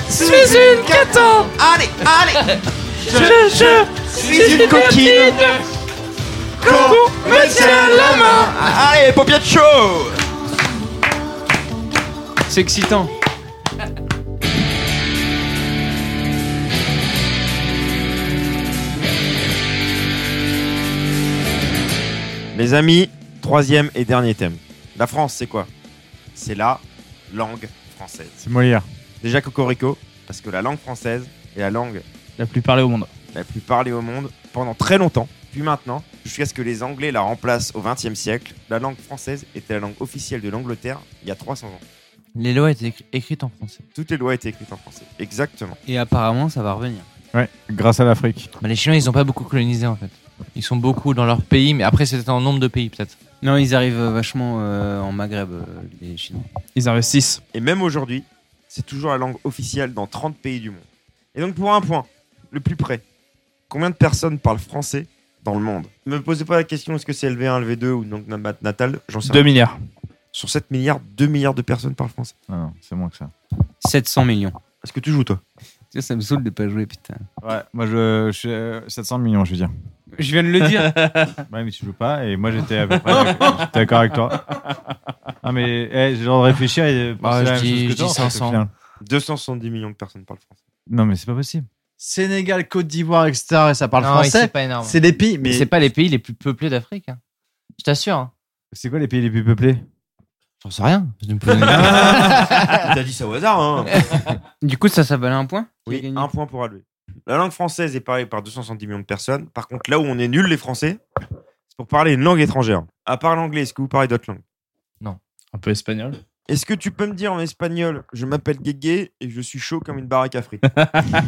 suis une catin. Allez, allez. Je, je suis une coquine. Quand me tient la main. Allez, paupières de chaud. C'est excitant. Les amis, troisième et dernier thème. La France, c'est quoi C'est la langue française. C'est Molière. Déjà Cocorico, parce que la langue française est la langue La plus parlée au monde. La plus parlée au monde pendant très longtemps, puis maintenant, jusqu'à ce que les Anglais la remplacent au XXe siècle. La langue française était la langue officielle de l'Angleterre il y a 300 ans. Les lois étaient écri- écrites en français. Toutes les lois étaient écrites en français. Exactement. Et apparemment, ça va revenir. Ouais, grâce à l'Afrique. Bah, les Chinois, ils n'ont pas beaucoup colonisé en fait. Ils sont beaucoup dans leur pays, mais après, c'était en nombre de pays peut-être. Non, ils arrivent euh, vachement euh, en Maghreb, euh, les Chinois. Ils investissent. Et même aujourd'hui, c'est toujours la langue officielle dans 30 pays du monde. Et donc pour un point, le plus près, combien de personnes parlent français dans le monde Ne me posez pas la question est-ce que c'est LV1, LV2 ou donc natal, j'en sais 2 rien. milliards. Sur 7 milliards, 2 milliards de personnes parlent français. Non, non, c'est moins que ça. 700 millions. Est-ce que tu joues toi Tu sais, ça me saoule de pas jouer, putain. Ouais, moi je, je suis euh, 700 millions, je veux dire. Je viens de le dire. Ouais, mais tu joues pas, et moi j'étais à peu près d'accord- j'étais d'accord avec toi. Ah, mais eh, j'ai le droit de réfléchir et de Bah, penser je la même dis- chose que je toi, dis en fait, au 500. final. 270 millions de personnes parlent français. Non, mais c'est pas possible. Sénégal, Côte d'Ivoire, etc. Et ça parle Non, et français. c'est pas énorme. C'est des pays, Mais mais c'est pas les pays les plus peuplés d'Afrique. hein. Je t'assure. hein. c'est quoi les pays les plus peuplés J'en sais rien. Je me pose- Ah. T'as dit ça au hasard, hein Du coup, ça, ça valait un point Qui a Oui, gagné un point pour Alvé. La langue française est parlée par 270 millions de personnes. Par contre, là où on est nuls, les Français, c'est pour parler une langue étrangère. À part l'anglais, est-ce que vous parlez d'autres langues Un peu espagnol. Est-ce que tu peux me dire en espagnol Je m'appelle Guégué et je suis chaud comme une baraque à frites.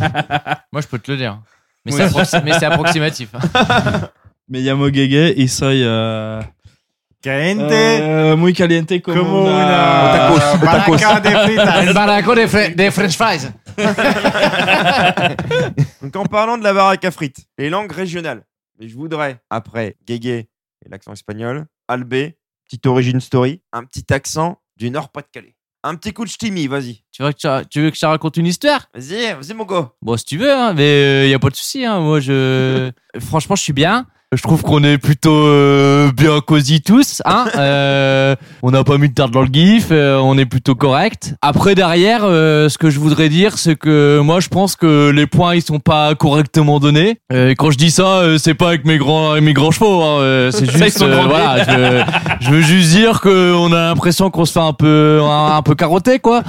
Moi, je peux te le dire. Mais Oui. c'est approxi- mais c'est approximatif. hein. Mais Yamo Gege, y soy. Euh... Caliente euh, muy caliente como, Como una- una- baraca de fritas. El baraco des, fre- des French fries. Donc en parlant de la baraque à frites, les langues régionales. Mais je voudrais, après Guégué et l'accent espagnol, Albé, petite origine story, un petit accent du Nord-Pas-de-Calais. Un petit coup de ch'timi, vas-y. Tu veux, que ça- tu veux que je te raconte une histoire Vas-y, vas-y mon gars. Bon, si tu veux, hein, mais il n'y a pas de souci. hein. Moi, je. Franchement, je suis bien. Je trouve qu'on est plutôt euh, bien cosy tous. Hein Euh, on n'a pas mis de tarte dans le gif. euh, on est plutôt correct. Après, derrière, euh, ce que je voudrais dire, c'est que moi, je pense que les points, ils sont pas correctement donnés. Euh, et quand je dis ça, euh, c'est pas avec mes grands, avec mes grands chevaux. hein, euh, c'est ils juste, sont euh, grands voilà. Je, je veux juste dire que on a l'impression qu'on se fait un peu, un, un peu carotté, quoi.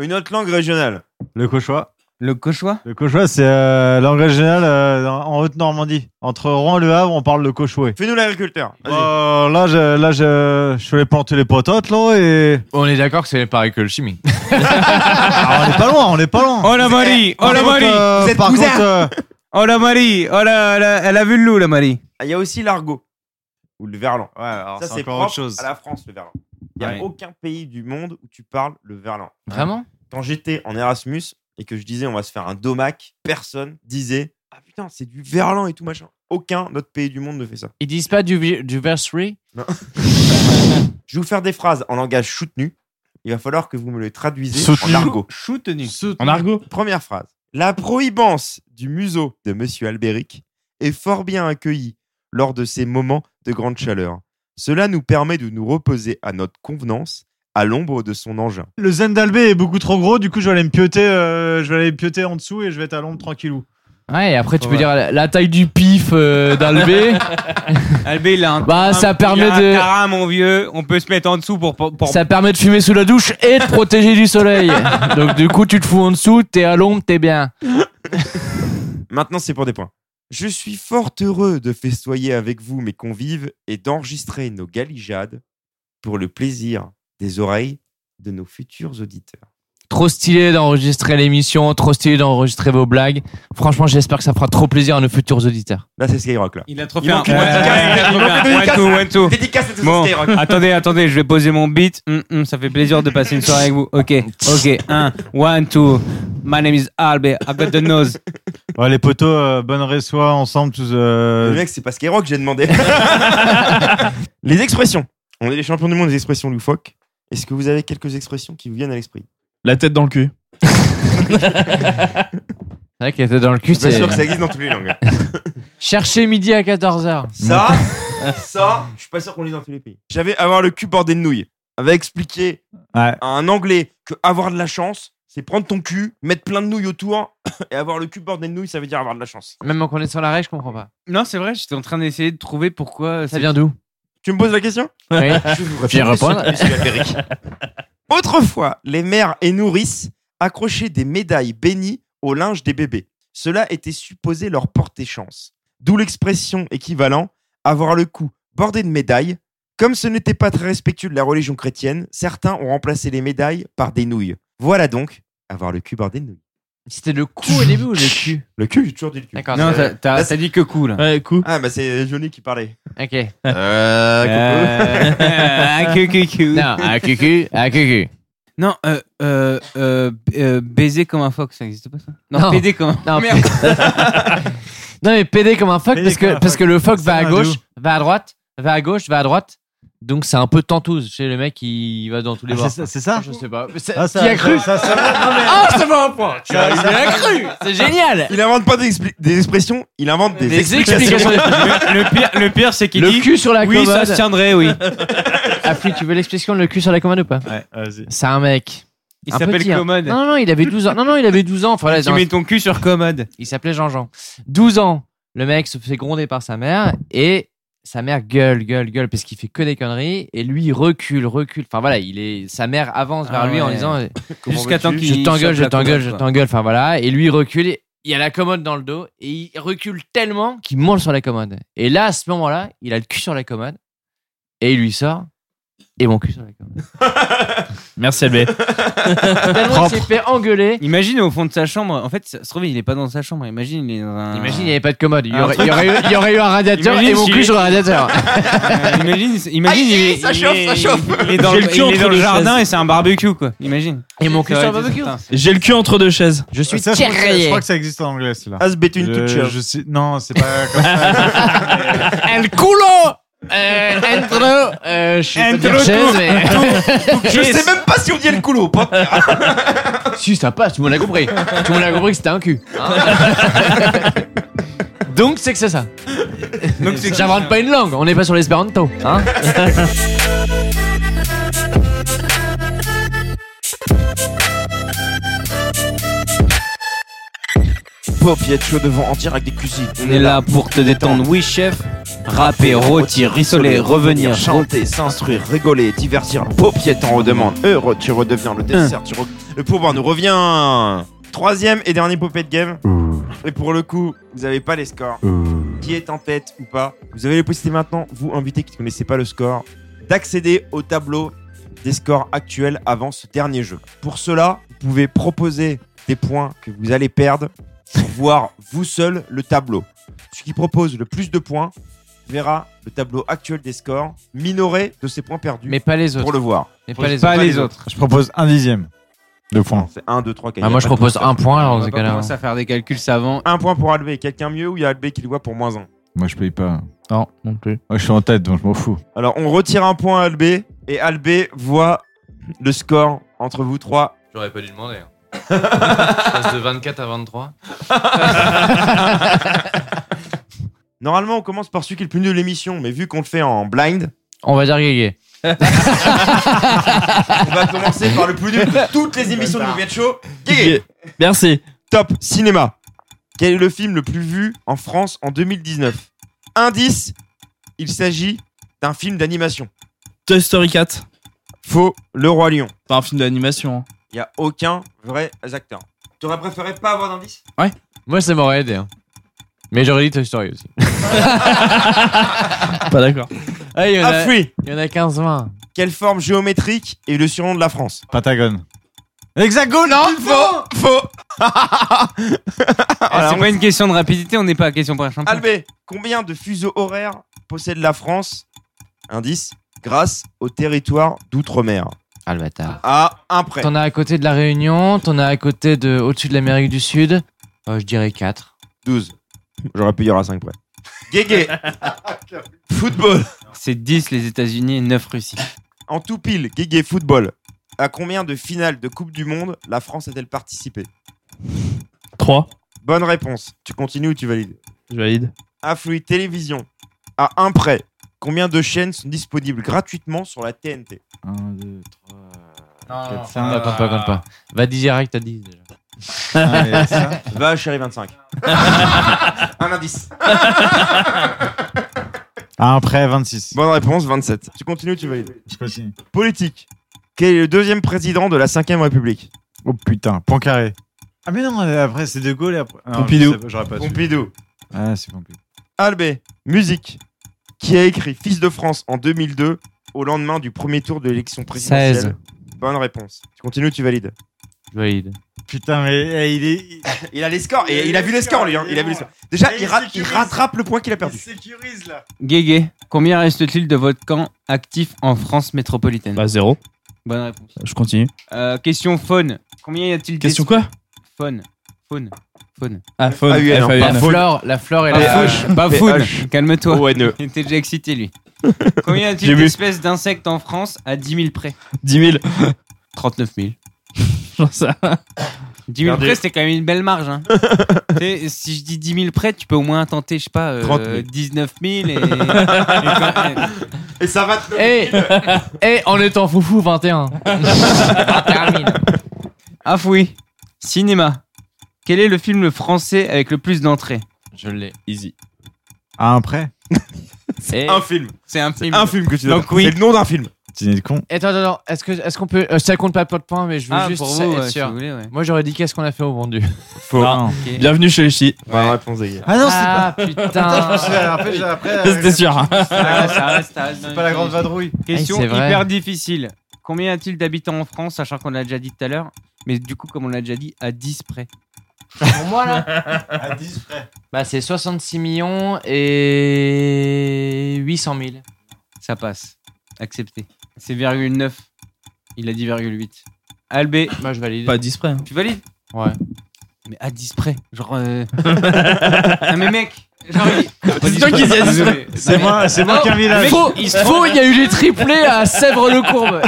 Une autre langue régionale. Le Cauchois. Le Cauchois Le Cauchois, c'est euh, langue régionale euh, en Haute-Normandie. Entre Rouen et Le Havre, on parle le Cauchois. Fais-nous l'agriculteur. Vas-y. Euh, là, je, là je, je suis allé planter les pototes, là, et. On est d'accord que c'est pareil que le chimie. Ah, on est pas loin, on est pas loin. Oh la Marie Oh la Par contre, Marie euh, Vous êtes par cousins. contre, euh, Oh la Marie Oh la, la- Elle a vu le loup, la Marie. Ah, Il y a aussi l'argot. Ou le verlan. Ouais, alors Ça, Ah, c'est c'est encore autre propre chose. à la France, le verlan. Il n'y a Ouais. aucun pays du monde où tu parles le verlan. Vraiment Quand j'étais en Erasmus et que je disais on va se faire un domac, personne disait Ah putain, c'est du verlan et tout machin. Aucun autre pays du monde ne fait ça. Ils disent pas du, vi- du versery Je vais vous faire des phrases en langage soutenu. Il va falloir que vous me les traduisez en argot. Soutenu. En argot. Première phrase. La prohibance du museau de Monsieur Albéric est fort bien accueillie lors de ces moments de grande chaleur. Cela nous permet de nous reposer à notre convenance à l'ombre de son engin. Le zen d'Albé est beaucoup trop gros, du coup, je vais aller me pioter, euh, je vais aller me pioter en dessous et je vais être à l'ombre tranquillou. Ouais, et après tu peux dire la, la taille du pif euh, d'Albé. Albé, il a un. Bah, ça il a permet un de- cara, mon vieux. On peut se mettre en dessous pour. pour, pour- Ça permet de fumer sous la douche et de protéger du soleil. Donc du coup, tu te fous en dessous, t'es à l'ombre, t'es bien. Maintenant, c'est pour des points. Je suis fort heureux de festoyer avec vous, mes convives, et d'enregistrer nos galijades pour le plaisir des oreilles de nos futurs auditeurs. Trop stylé d'enregistrer l'émission, trop stylé d'enregistrer vos blagues. Franchement, j'espère que ça fera trop plaisir à nos futurs auditeurs. Là, c'est Skyrock, là. Il a trop Il fait un. manque une dédicace. il a trop Il manque une fait un- One, two, one, two. Dédicace à tous Bon, Skyrock. attendez, attendez, je vais poser mon beat. Hum, hum, ça fait plaisir de passer une soirée avec vous. Ok, ok, un, one, two. My name is Albert, I got the nose. Ouais, les poteaux, euh, bonne reçoit ensemble, tous. Le euh, mec, c'est pas Skyrock, j'ai demandé. les expressions. On est les champions du monde des expressions loufoques. Est-ce que vous avez quelques expressions qui vous viennent à l'esprit La tête dans le cul. C'est vrai qu'elle était dans le cul, Je suis pas c'est... sûr que ça existe dans toutes les langues. Chercher midi à 14h. Ça, ça, je suis pas sûr qu'on l'ait dans tous les pays. J'avais avoir le cul bordé de nouilles. Avait expliqué Ouais. à un Anglais que avoir de la chance, c'est prendre ton cul, mettre plein de nouilles autour, et avoir le cul bordé de nouilles, ça veut dire avoir de la chance. Même en connaissant la règle, je comprends pas. Non, c'est vrai, j'étais en train d'essayer de trouver pourquoi. Ça vient d'où Tu me poses la question Oui. Je vais vous Je vais répondre. Monsieur Albéric. Autrefois, les mères et nourrices accrochaient des médailles bénies au linge des bébés. Cela était supposé leur porter chance. D'où l'expression équivalent avoir le cou bordé de médailles. Comme ce n'était pas très respectueux de la religion chrétienne, certains ont remplacé les médailles par des nouilles. Voilà donc avoir le cul bordé de nouilles. C'était le cou au début ou le cul Le cul, j'ai toujours dit le cul. D'accord, Non, c'est- t'as- Là, t'as c'est- dit que cou, là. Ouais, cou. Ah, bah c'est Johnny qui parlait. Ok. Euh, Euh, coucou. un cucu. Non, un cucu, un cucu. Non, euh, euh, euh, b- euh, baiser comme un fox, ça n'existe pas ça Non, Non. pédé comme un Non, Non, mais PD comme un phoque PD parce comme que, un parce phoque. que le phoque C'est va à un gauche, doux. va à droite, va à gauche, va à droite. Donc c'est un peu tantouse chez le mec qui va dans tous les Ah, bords. c'est ça- c'est ça Je sais pas. Mais c'est- Ah, ça- qui a cru ça- ça- Ah, ça va un point Tu vois, Il a cru C'est génial Il invente pas des, expli- des expressions, il invente des, Des explications. Le pire, le pire c'est qu'il Le dit cul sur la Oui, ça commode. se tiendrait, oui. Appli, tu veux l'expression le cul sur la commode ou pas Ouais, vas-y. C'est un mec. Il Un s'appelle petit, hein. Commode. Non, non, non, il avait 12 ans. Non, non, il avait 12 ans. Enfin, là, Tu dans- mets ton cul sur Commode. Il s'appelait Jean-Jean. 12 ans, le mec se fait gronder par sa mère et sa mère gueule, gueule, gueule parce qu'il fait que des conneries et lui il recule, recule. Enfin voilà, il est sa mère avance vers Ah lui en ouais. disant Comment Jusqu'à veux-tu temps qu'il je t'engueule, chope je la t'engueule, je commode, quoi. t'engueule. Enfin voilà, et lui il recule. et Il a la commode dans le dos et il recule tellement qu'il monte sur la commode. Et là, à ce moment-là, il a le cul sur la commode et il lui sort et mon cul sur la commode. Merci LB. Tellement il s'est fait engueuler. Imagine au fond de sa chambre, en fait, ça se trouve, il est pas dans sa chambre, imagine, il est dans un. Imagine, il n'y avait pas de commode. Il y Un aurait, il y aurait eu, il y aurait eu un radiateur Imagine et mon si- cul sur le radiateur. Euh, imagine, imagine, il est, ça il chauffe, est- ça chauffe. Il est dans, J'ai le, le cul il est entre dans le deux jardin chaises. et c'est un barbecue, quoi. Imagine. Et mon cul Ça sur le aurait été- barbecue. putain, c'est- J'ai le cul entre deux chaises. Je suis Ça, je, crois que, ça- je tiraillé. crois que ça existe en anglais, cela. Has between two Je, chairs. je sais, non, c'est pas comme ça. El culo euh, Entre. Euh, je suis pas Entre bien chaise, mais. Je sais même pas si on dit le culot. pas- si, ça passe, tout le monde a compris. Tout le monde a compris que c'était un cul. hein. Donc, c'est que c'est ça. Donc, c'est- J'invente pas une langue, on n'est pas sur l'espéranto. Hein Pop, il y a de chaud devant en direct des cuisines. On est là pour te détendre, oui chef. Rapper, rôtir, rissoler, revenir, chanter, s'instruire, rigoler, divertir. Pop, il y a en redemande. Heureux, tu redeviens le dessert. Tu re- Le pouvoir nous revient. Troisième et dernier popet de game. Et pour le coup, vous avez pas les scores. Qui est en tête ou pas Vous avez les possibilités maintenant, vous invités qui ne connaissez pas le score, d'accéder au tableau des scores actuels avant ce dernier jeu. Pour cela, vous pouvez proposer des points que vous allez perdre pour voir vous seul le tableau. Celui qui propose le plus de points verra le tableau actuel des scores minoré de ses points perdus Mais pas les autres. pour le voir. Mais pas les pas autres. les autres. je propose un dixième de points. C'est 1, 2, 3, 4. Bah, moi, je propose un point alors, dans ce cas-là. à faire des calculs savants. Un point pour Albé. Quelqu'un mieux ou il y a Albé qui le voit pour moins 1 Moi, je paye pas. Non, non plus. Moi, je suis en tête, donc je m'en fous. Alors, on retire un point à Albé et Albé voit le score entre vous trois. J'aurais pas dû demander. Je passe de 24 à 23. Normalement, on commence par celui qui est le plus nul de l'émission, mais vu qu'on le fait en blind, On va dire Guégué. on va commencer par le plus nul de toutes les émissions de Mouvement Show. Guégué. Merci. Top cinéma. Quel est le film le plus vu en France en 2019 Indice, il s'agit d'un film d'animation. Toy Story 4. Faux, Le Roi Lion. C'est un film d'animation. hein. Il n'y a aucun vrai acteur. T'aurais préféré pas avoir d'indice Moi, ça m'aurait aidé. hein. Mais j'aurais dit Toy Story aussi. Pas d'accord. Ah, il y en Ah, a, free il y en a 15-20. Quelle forme géométrique est le surnom de la France Pentagone. Hexagone, non Faux Faux Ah, c'est pas une question de rapidité, on n'est pas à question pour un champion. Albé, combien de fuseaux horaires possède la France Indice, grâce au territoire d'outre-mer. Ah, le bâtard. À un près. T'en as à côté de la Réunion, t'en as à côté de au-dessus de l'Amérique du Sud. Euh, je dirais 4. 12. J'aurais pu dire à 5 près. Guégué Football C'est 10 les États-Unis et 9 Russie. En tout pile, Guégué Football. À combien de finales de Coupe du Monde la France a-t-elle participé 3. Bonne réponse. Tu continues ou tu valides Je valide. Affluid Télévision, à un prêt, combien de chaînes sont disponibles gratuitement sur la TNT 1, 2, 3, non, 4, non, Ah, 5. compte pas, compte pas. Va direct à 10 déjà. Va, chérie 25. un indice. Après, 26. Bonne réponse, 27. Tu continues, tu valides. Je continue. Politique. Quel est le deuxième président de la 5ème République Oh putain, point carré. Ah, mais non, euh, après, c'est De Gaulle et après. Ah, non, Pompidou. je sais pas, J'aurais pas su. Pompidou. Ah, c'est Pompidou. Albé, musique. Qui a écrit Fils de France en 2002 au lendemain du premier tour de l'élection présidentielle 16. Bonne réponse. Tu continues, tu valides. Valide. Putain, mais eh, il est. Il a les scores, et il a vu les scores lui. hein. Il a vu les scores. Déjà, Et il, il ra- sécurise. il rattrape le point qu'il a perdu. sécurise là. Guégué, combien reste-t-il de volcans actifs en France métropolitaine Bah, zéro. Bonne réponse. Je continue. Euh, question faune. Combien y a-t-il Question d'espèces- quoi Faune. Faune. Faune. Ah, faune. Ah oui, alors, La F-A-U-N. flore, la flore et Ah, la fauche. Pas Mais faune. H. Calme-toi. O-N-E. Il était déjà excité lui. Combien y J'ai a-t-il vu. d'espèces d'insectes en France à 10 000 près 10 000. 39 000. Genre ça. 10 000 Perdu. près, c'est quand même une belle marge. Hein. Tu sais, si je dis 10 000 près, tu peux au moins tenter, je sais pas, euh, 30 000. 19 000 et. et quand- Et ça va. te- Et, et Eh, en étant foufou, 21. 21 000. Ah oui. Cinéma. Quel est le film français avec le plus d'entrées Je l'ai. Easy. Ah, après Eh, Un film. C'est un film. Un film que tu dois. Donc faire. oui. C'est le nom d'un film. Dîner de con. Attends, attends, attends. Est-ce que- est-ce qu'on peut. euh, ça compte pas pour le point, mais je veux Ah, juste pour ça- vous, être ouais, si sûr. vous voulez, ouais. Moi, j'aurais dit qu'est-ce qu'on a fait au bon Dieu. Faux. Non. Ok. Bienvenue chez les chi. Bonne réponse, Zégué. Ah non, c'est pas. Ah, putain. Après, j'ai- après, C'était euh, sûr. hein. Ah, ça reste, ça reste dans c'est les pas la films. grande vadrouille. Question Ah, c'est vrai. hyper difficile. Combien y a-t-il d'habitants en France, sachant qu'on l'a déjà dit tout à l'heure mais du coup, comme on l'a déjà dit, à 10 près. Pour moi, là À 10 frères. Bah, c'est 66 millions et. 800 000. Ça passe. Accepté. C'est 0,9. Il a dit 0,8. Albé, Moi, je valide. Pas 10 près. hein. tu valides Ouais. Mais à 10 près. Genre. euh, non, mais mec genre, il- C'est toi qui dis à 10 près. C'est moi, Ah, c'est Ah, moi qui ai mis la. Faux, il faux, il y a eu les triplés à Sèvres-le-Courbe.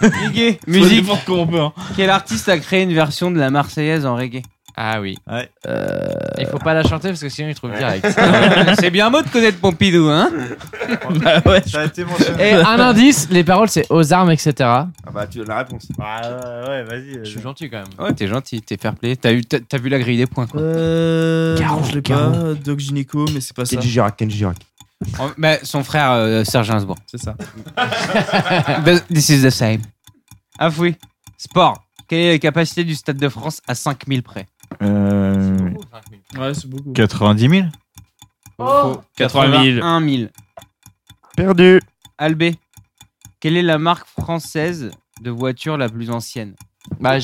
Reggae, Faut musique. défendre comme on peut. hein. Quel artiste a créé une version de la Marseillaise en reggae ah oui. Euh, Ouais. Il faut pas la chanter parce que sinon il trouve direct. C'est bien beau de connaître Pompidou, hein Bah ouais. Ça a été mentionné. Et un indice, les paroles c'est aux armes, etc. Ah bah, tu as la réponse. Euh, Ouais, ouais, vas-y. Je suis gentil quand même. Ouais, t'es gentil, t'es fair play. T'as eu- t'as- t'as vu la grille des points, quoi. Euh. Caro, non, je l'ai Caro. pas. Doc Gynéco, mais c'est pas ça. Kenji Girac, Kenji Girac. En- bah, son frère euh, Serge Gainsbourg. C'est ça. The- This is the same. Ah oui. Sport. Quelle est la capacité du Stade de France à 5000 près Euh. Ouais, c'est beaucoup. 90 000 80 000. 1 000. Perdu. Albé. Quelle est la marque française de voiture la plus ancienne Bah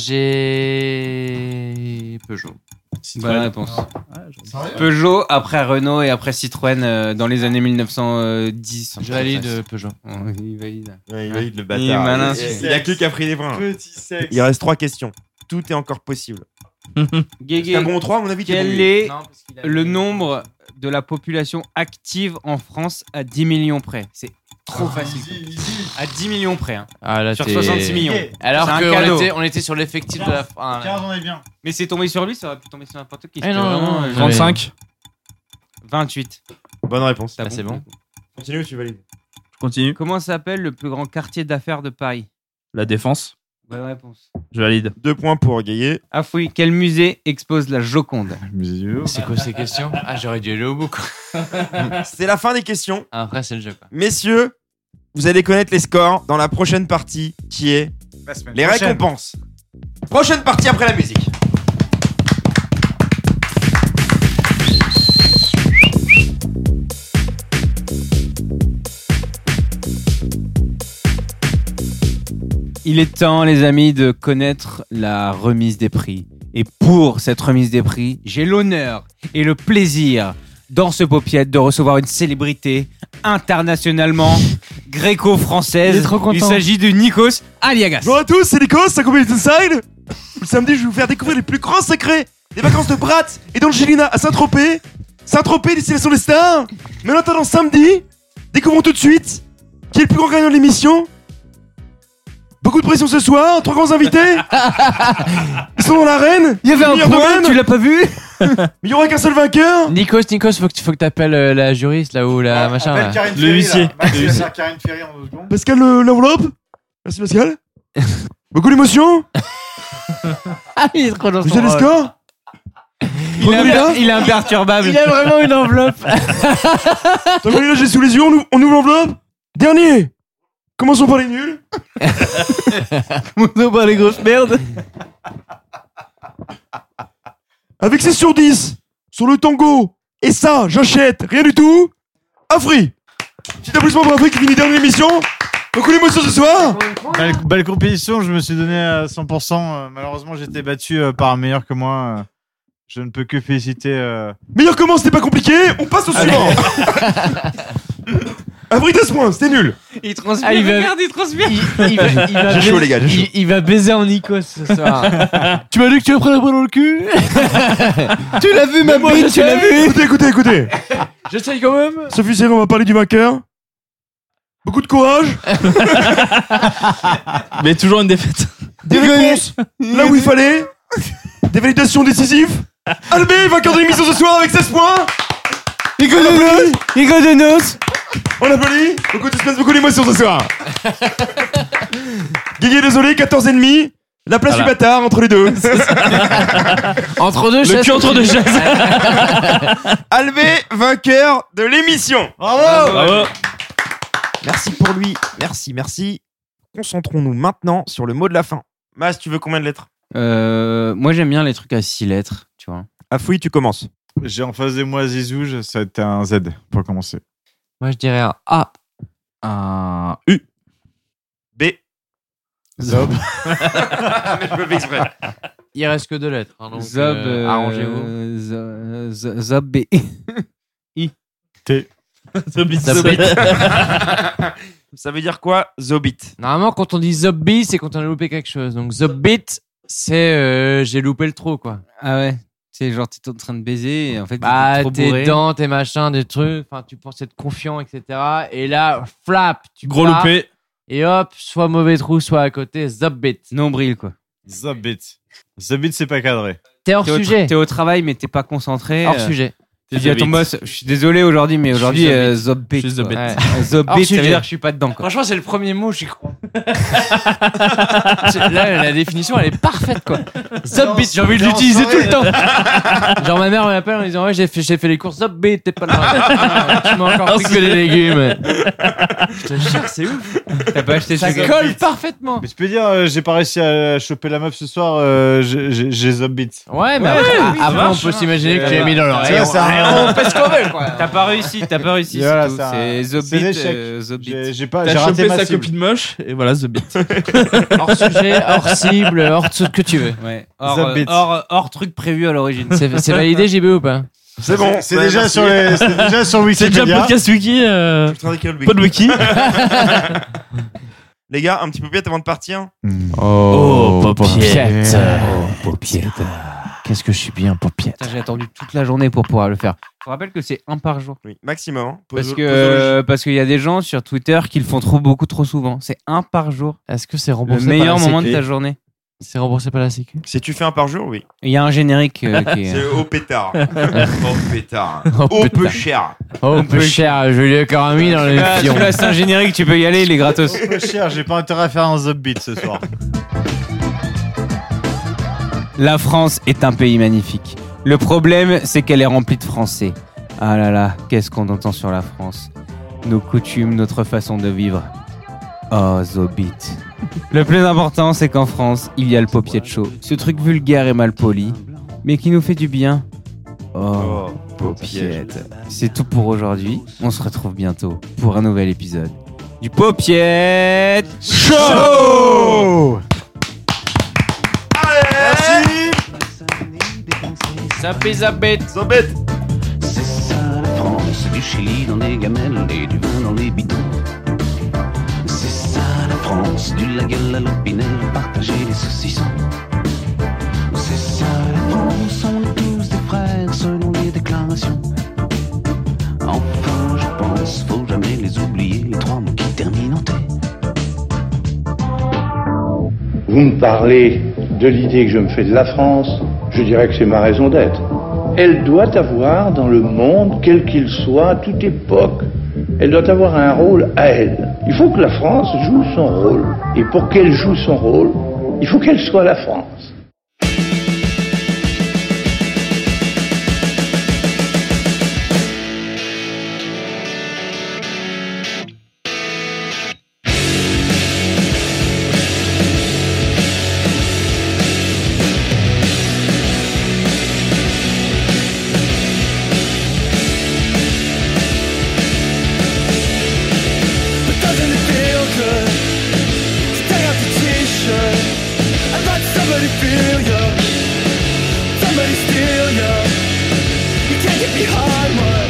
j'ai Peugeot. Bonne Citroën. réponse. Ah, Ouais, Peugeot, après Renault et après Citroën euh, dans les années 1910. Je valide euh, Peugeot. Oh, il valide. il valide le Il est malin, bâtard. Il- celui-ci. Il y a que qui a pris les points. Petit sexe. Il reste trois questions. Tout est encore possible. Guégué. Un bon 3, à mon avis, t'es bon. Quel est le nombre de la population active en France à 10 millions près C'est trop facile. À 10 millions près, hein. Ah là sur t'es- 66 millions. Ok. Alors C'est un qu'on cadeau. était, on était sur l'effectif de la France. on est bien. Mais c'est tombé sur lui, ça aurait pu tomber sur n'importe qui. Eh C'était non, non, euh, non. 35. 28. Bonne réponse. Ah, c'est bon. Continue ou tu valides Je continue. Comment s'appelle le plus grand quartier d'affaires de Paris La défense. Bonne réponse. Je valide. Deux points pour Gaillet. Ah oui, quel musée expose la Joconde C'est quoi ces questions Ah j'aurais dû aller au bout. Quoi. C'est la fin des questions. Ah, Après c'est le jeu. Quoi. Messieurs, vous allez connaître les scores dans la prochaine partie qui est les récompenses. Prochaine partie après la musique. Il est temps, les amis, de connaître la remise des prix. Et pour cette remise des prix, j'ai l'honneur et le plaisir dans ce paupiette de recevoir une célébrité internationalement Il est gréco-française. trop content. Il s'agit de Nikos Aliagas. Bonjour à tous, c'est Nico, c'est Community Inside. Le samedi, je vais vous faire découvrir les plus grands secrets des vacances de Brat et d'Angelina à Saint-Tropez. Saint-Tropez, destination des stars. Mais en attendant samedi, découvrons tout de suite qui est le plus grand gagnant de l'émission. Beaucoup de pression ce soir, trois grands invités. Ils sont dans l'arène. Il y avait Meilleur un point, domaine. tu l'as pas vu Mais il n'y aura qu'un seul vainqueur. Nikos, Nikos, faut que tu faut que t'appelles euh, la juriste là ou la machin. là. Le huissier. Le Maxime, huissier. faire Karine Ferry en deux secondes. Pascal, euh, l'enveloppe. Merci Pascal. Beaucoup d'émotion. Ah il est trop dans Vous son avez les rôle. scores Il est Regarde. imper- il est imperturbable. Il a vraiment une enveloppe. T'as vu, là, j'ai sous les yeux, on, ou- on ouvre l'enveloppe. Dernier Commençons par les nuls. Commençons par les grosses merdes. Avec ses sur 10 sur le tango. Et ça, j'achète. Rien du tout. Afri. Petit applaudissement pour Afri qui finit dernière émission. Beaucoup d'émotions ce soir. Belle, belle compétition, je me suis donné à 100%. euh, Malheureusement, j'étais battu euh, par un meilleur que moi. euh, Je ne peux que féliciter. euh, Meilleur comment, c'était pas compliqué. On passe au suivant. Afri, 10 points, c'était nul. Il transpire, Ah, il va- regarde, il transpire. Il va- il va J'ai chaud, baiser- les gars, j'ai il- chaud. il va baiser en Nikos ce soir. tu m'as dit que tu as pris la balle dans le cul Tu l'as vu, ma moi, bite, je tu l'as sais. vu Écoutez, écoutez, écoutez. J'essaye quand même. Sophie Serre, on va parler du vainqueur. Beaucoup de courage. Mais toujours une défaite. Des réponses là où il fallait. Des validations décisives. Albé, vainqueur de l'émission ce soir avec 16 points. Nico Denos Nico Denos On applaudit. Beaucoup de suspense, beaucoup d'émotions ce soir. Guigui, désolé, 14 et demi. La place Voilà. du bâtard entre les deux. Entre deux Le chaises. cul entre deux chaises. chaises. Albé, vainqueur de l'émission. Bravo. Merci pour lui. Merci, merci. Concentrons-nous maintenant sur le mot de la fin. Mas, tu veux combien de lettres Euh, moi, j'aime bien les trucs à 6 lettres, tu vois. Afoui, tu commences. J'ai en face de moi Zizou, je- ça va être un Z pour commencer. Moi, je dirais un A. Un U. B. Zob. Mais je me fais exprès. Il reste que deux lettres. hein, donc, Zob. euh, euh, Arrangez-vous. Zo- Zo- Zob B. E. I. T. Zobit. Zobit. Ça veut dire quoi, Zobit Normalement, quand on dit Zobbit, c'est quand on a loupé quelque chose. Donc Zobbit, c'est euh, j'ai loupé le trou, quoi. Ah ouais C'est genre, t'es en train de baiser et en fait, Bah, t'es trop tes bourré. dents, tes machins, des trucs. Enfin, tu penses être confiant, etc. Et là, flap, tu Gros pars. loupé. Et hop, soit mauvais trou, soit à côté, Zobbit. Nombril, quoi. Zobit. Zobit, c'est pas cadré. T'es hors au tra- sujet. T'es au travail, mais t'es pas concentré. Hors euh, sujet. Tu dis à ton Zobit. boss, je suis désolé aujourd'hui, mais Je suis aujourd'hui, Zobit. euh, Zob B. Je suis quoi. Zobit. Ouais. Hors Zob B, ça sujet. veut dire que je suis pas dedans, quoi. Franchement, c'est le premier mot, j'y crois. Là, la définition, elle est parfaite, quoi. Zobbit, j'ai envie de l'utiliser tout le temps. Genre, ma mère m'appelle en disant Ouais, j'ai fait, j'ai fait les courses, Zobbit, t'es pas là. tu m'as encore pris que les légumes. Je te jure, c'est ouf. T'as pas acheté Ça chez- colle parfaitement. Mais tu peux dire, euh, j'ai pas réussi à choper la meuf ce soir, euh, j'ai- j'ai j'ai Zobit. Ouais, mais après, ça après, on marche. peut s'imaginer que Euh, tu l'as mis dans Tu l'oreille. vois, c'est un- On fait ce qu'on veut, quoi. T'as pas réussi, t'as pas réussi. Et voilà, c'est tout. ça- C'est c'est Zobit. l'échec. euh, Zobit. J'ai j'ai pas, j'ai T'as raté chopé ma sa cible. copine moche et voilà Zobit. Hors sujet, hors cible, hors tout ce que tu veux. Ouais. Hors, Zobit. euh, hors- hors truc prévu à l'origine. C'est c'est validé, JB ou pas C'est bon. C'est déjà, sur les- c'est déjà sur C'est déjà Wikipédia. podcast wiki. euh, Pas de les... wiki. les gars, un petit peu piète avant de partir. Oh, Piette. Oh, Qu'est-ce que je suis bien, Popiette. Putain, J'ai attendu toute la journée pour pouvoir le faire. Je vous rappelle que c'est un par jour. Oui, maximum. hein. Parce Poso- que posologie. euh, parce qu'il y a des gens sur Twitter qui le font trop beaucoup trop souvent. C'est un par jour. Est-ce que c'est Le remboursé meilleur par la moment de sécu ta journée. C'est remboursé par la Sécu Si tu fais un par jour, oui. Il y a un générique euh, qui est- C'est au pétard. au pétard. Oh, Au peu putain. cher. Oh, peu cher, Julien Corami dans les Ah, tu pions. passes un générique, tu peux y aller, les gratos. Peu cher, j'ai pas intérêt à faire un Zobit ce soir. La France est un pays magnifique. Le problème, c'est qu'elle est remplie de Français. Ah là là, qu'est-ce qu'on entend sur la France Nos coutumes, notre façon de vivre. Oh, Zobit. Le plus important, c'est qu'en France, il y a le de chaud. Ce truc vulgaire et mal poli, mais qui nous fait du bien. Oh, Popiette. C'est tout pour aujourd'hui. On se retrouve bientôt pour un nouvel épisode du Popiette Chaud Zappé, zappé. Zobet C'est ça la France, du Chili dans les gamelles et du vin dans les bidons. C'est ça la France, du laguel à l'opinel, partager les saucissons. C'est ça la France, on est tous des frères selon les déclarations. Enfin, je pense, faut jamais les oublier, les trois mots qui terminent en T. Vous me parlez de l'idée que je me fais de la France, je dirais que c'est ma raison d'être. Elle doit avoir dans le monde, quel qu'il soit, à toute époque, elle doit avoir un rôle à elle. Il faut que la France joue son rôle. Et pour qu'elle joue son rôle, il faut qu'elle soit la France. Thank trying to steal you. You can't get behind what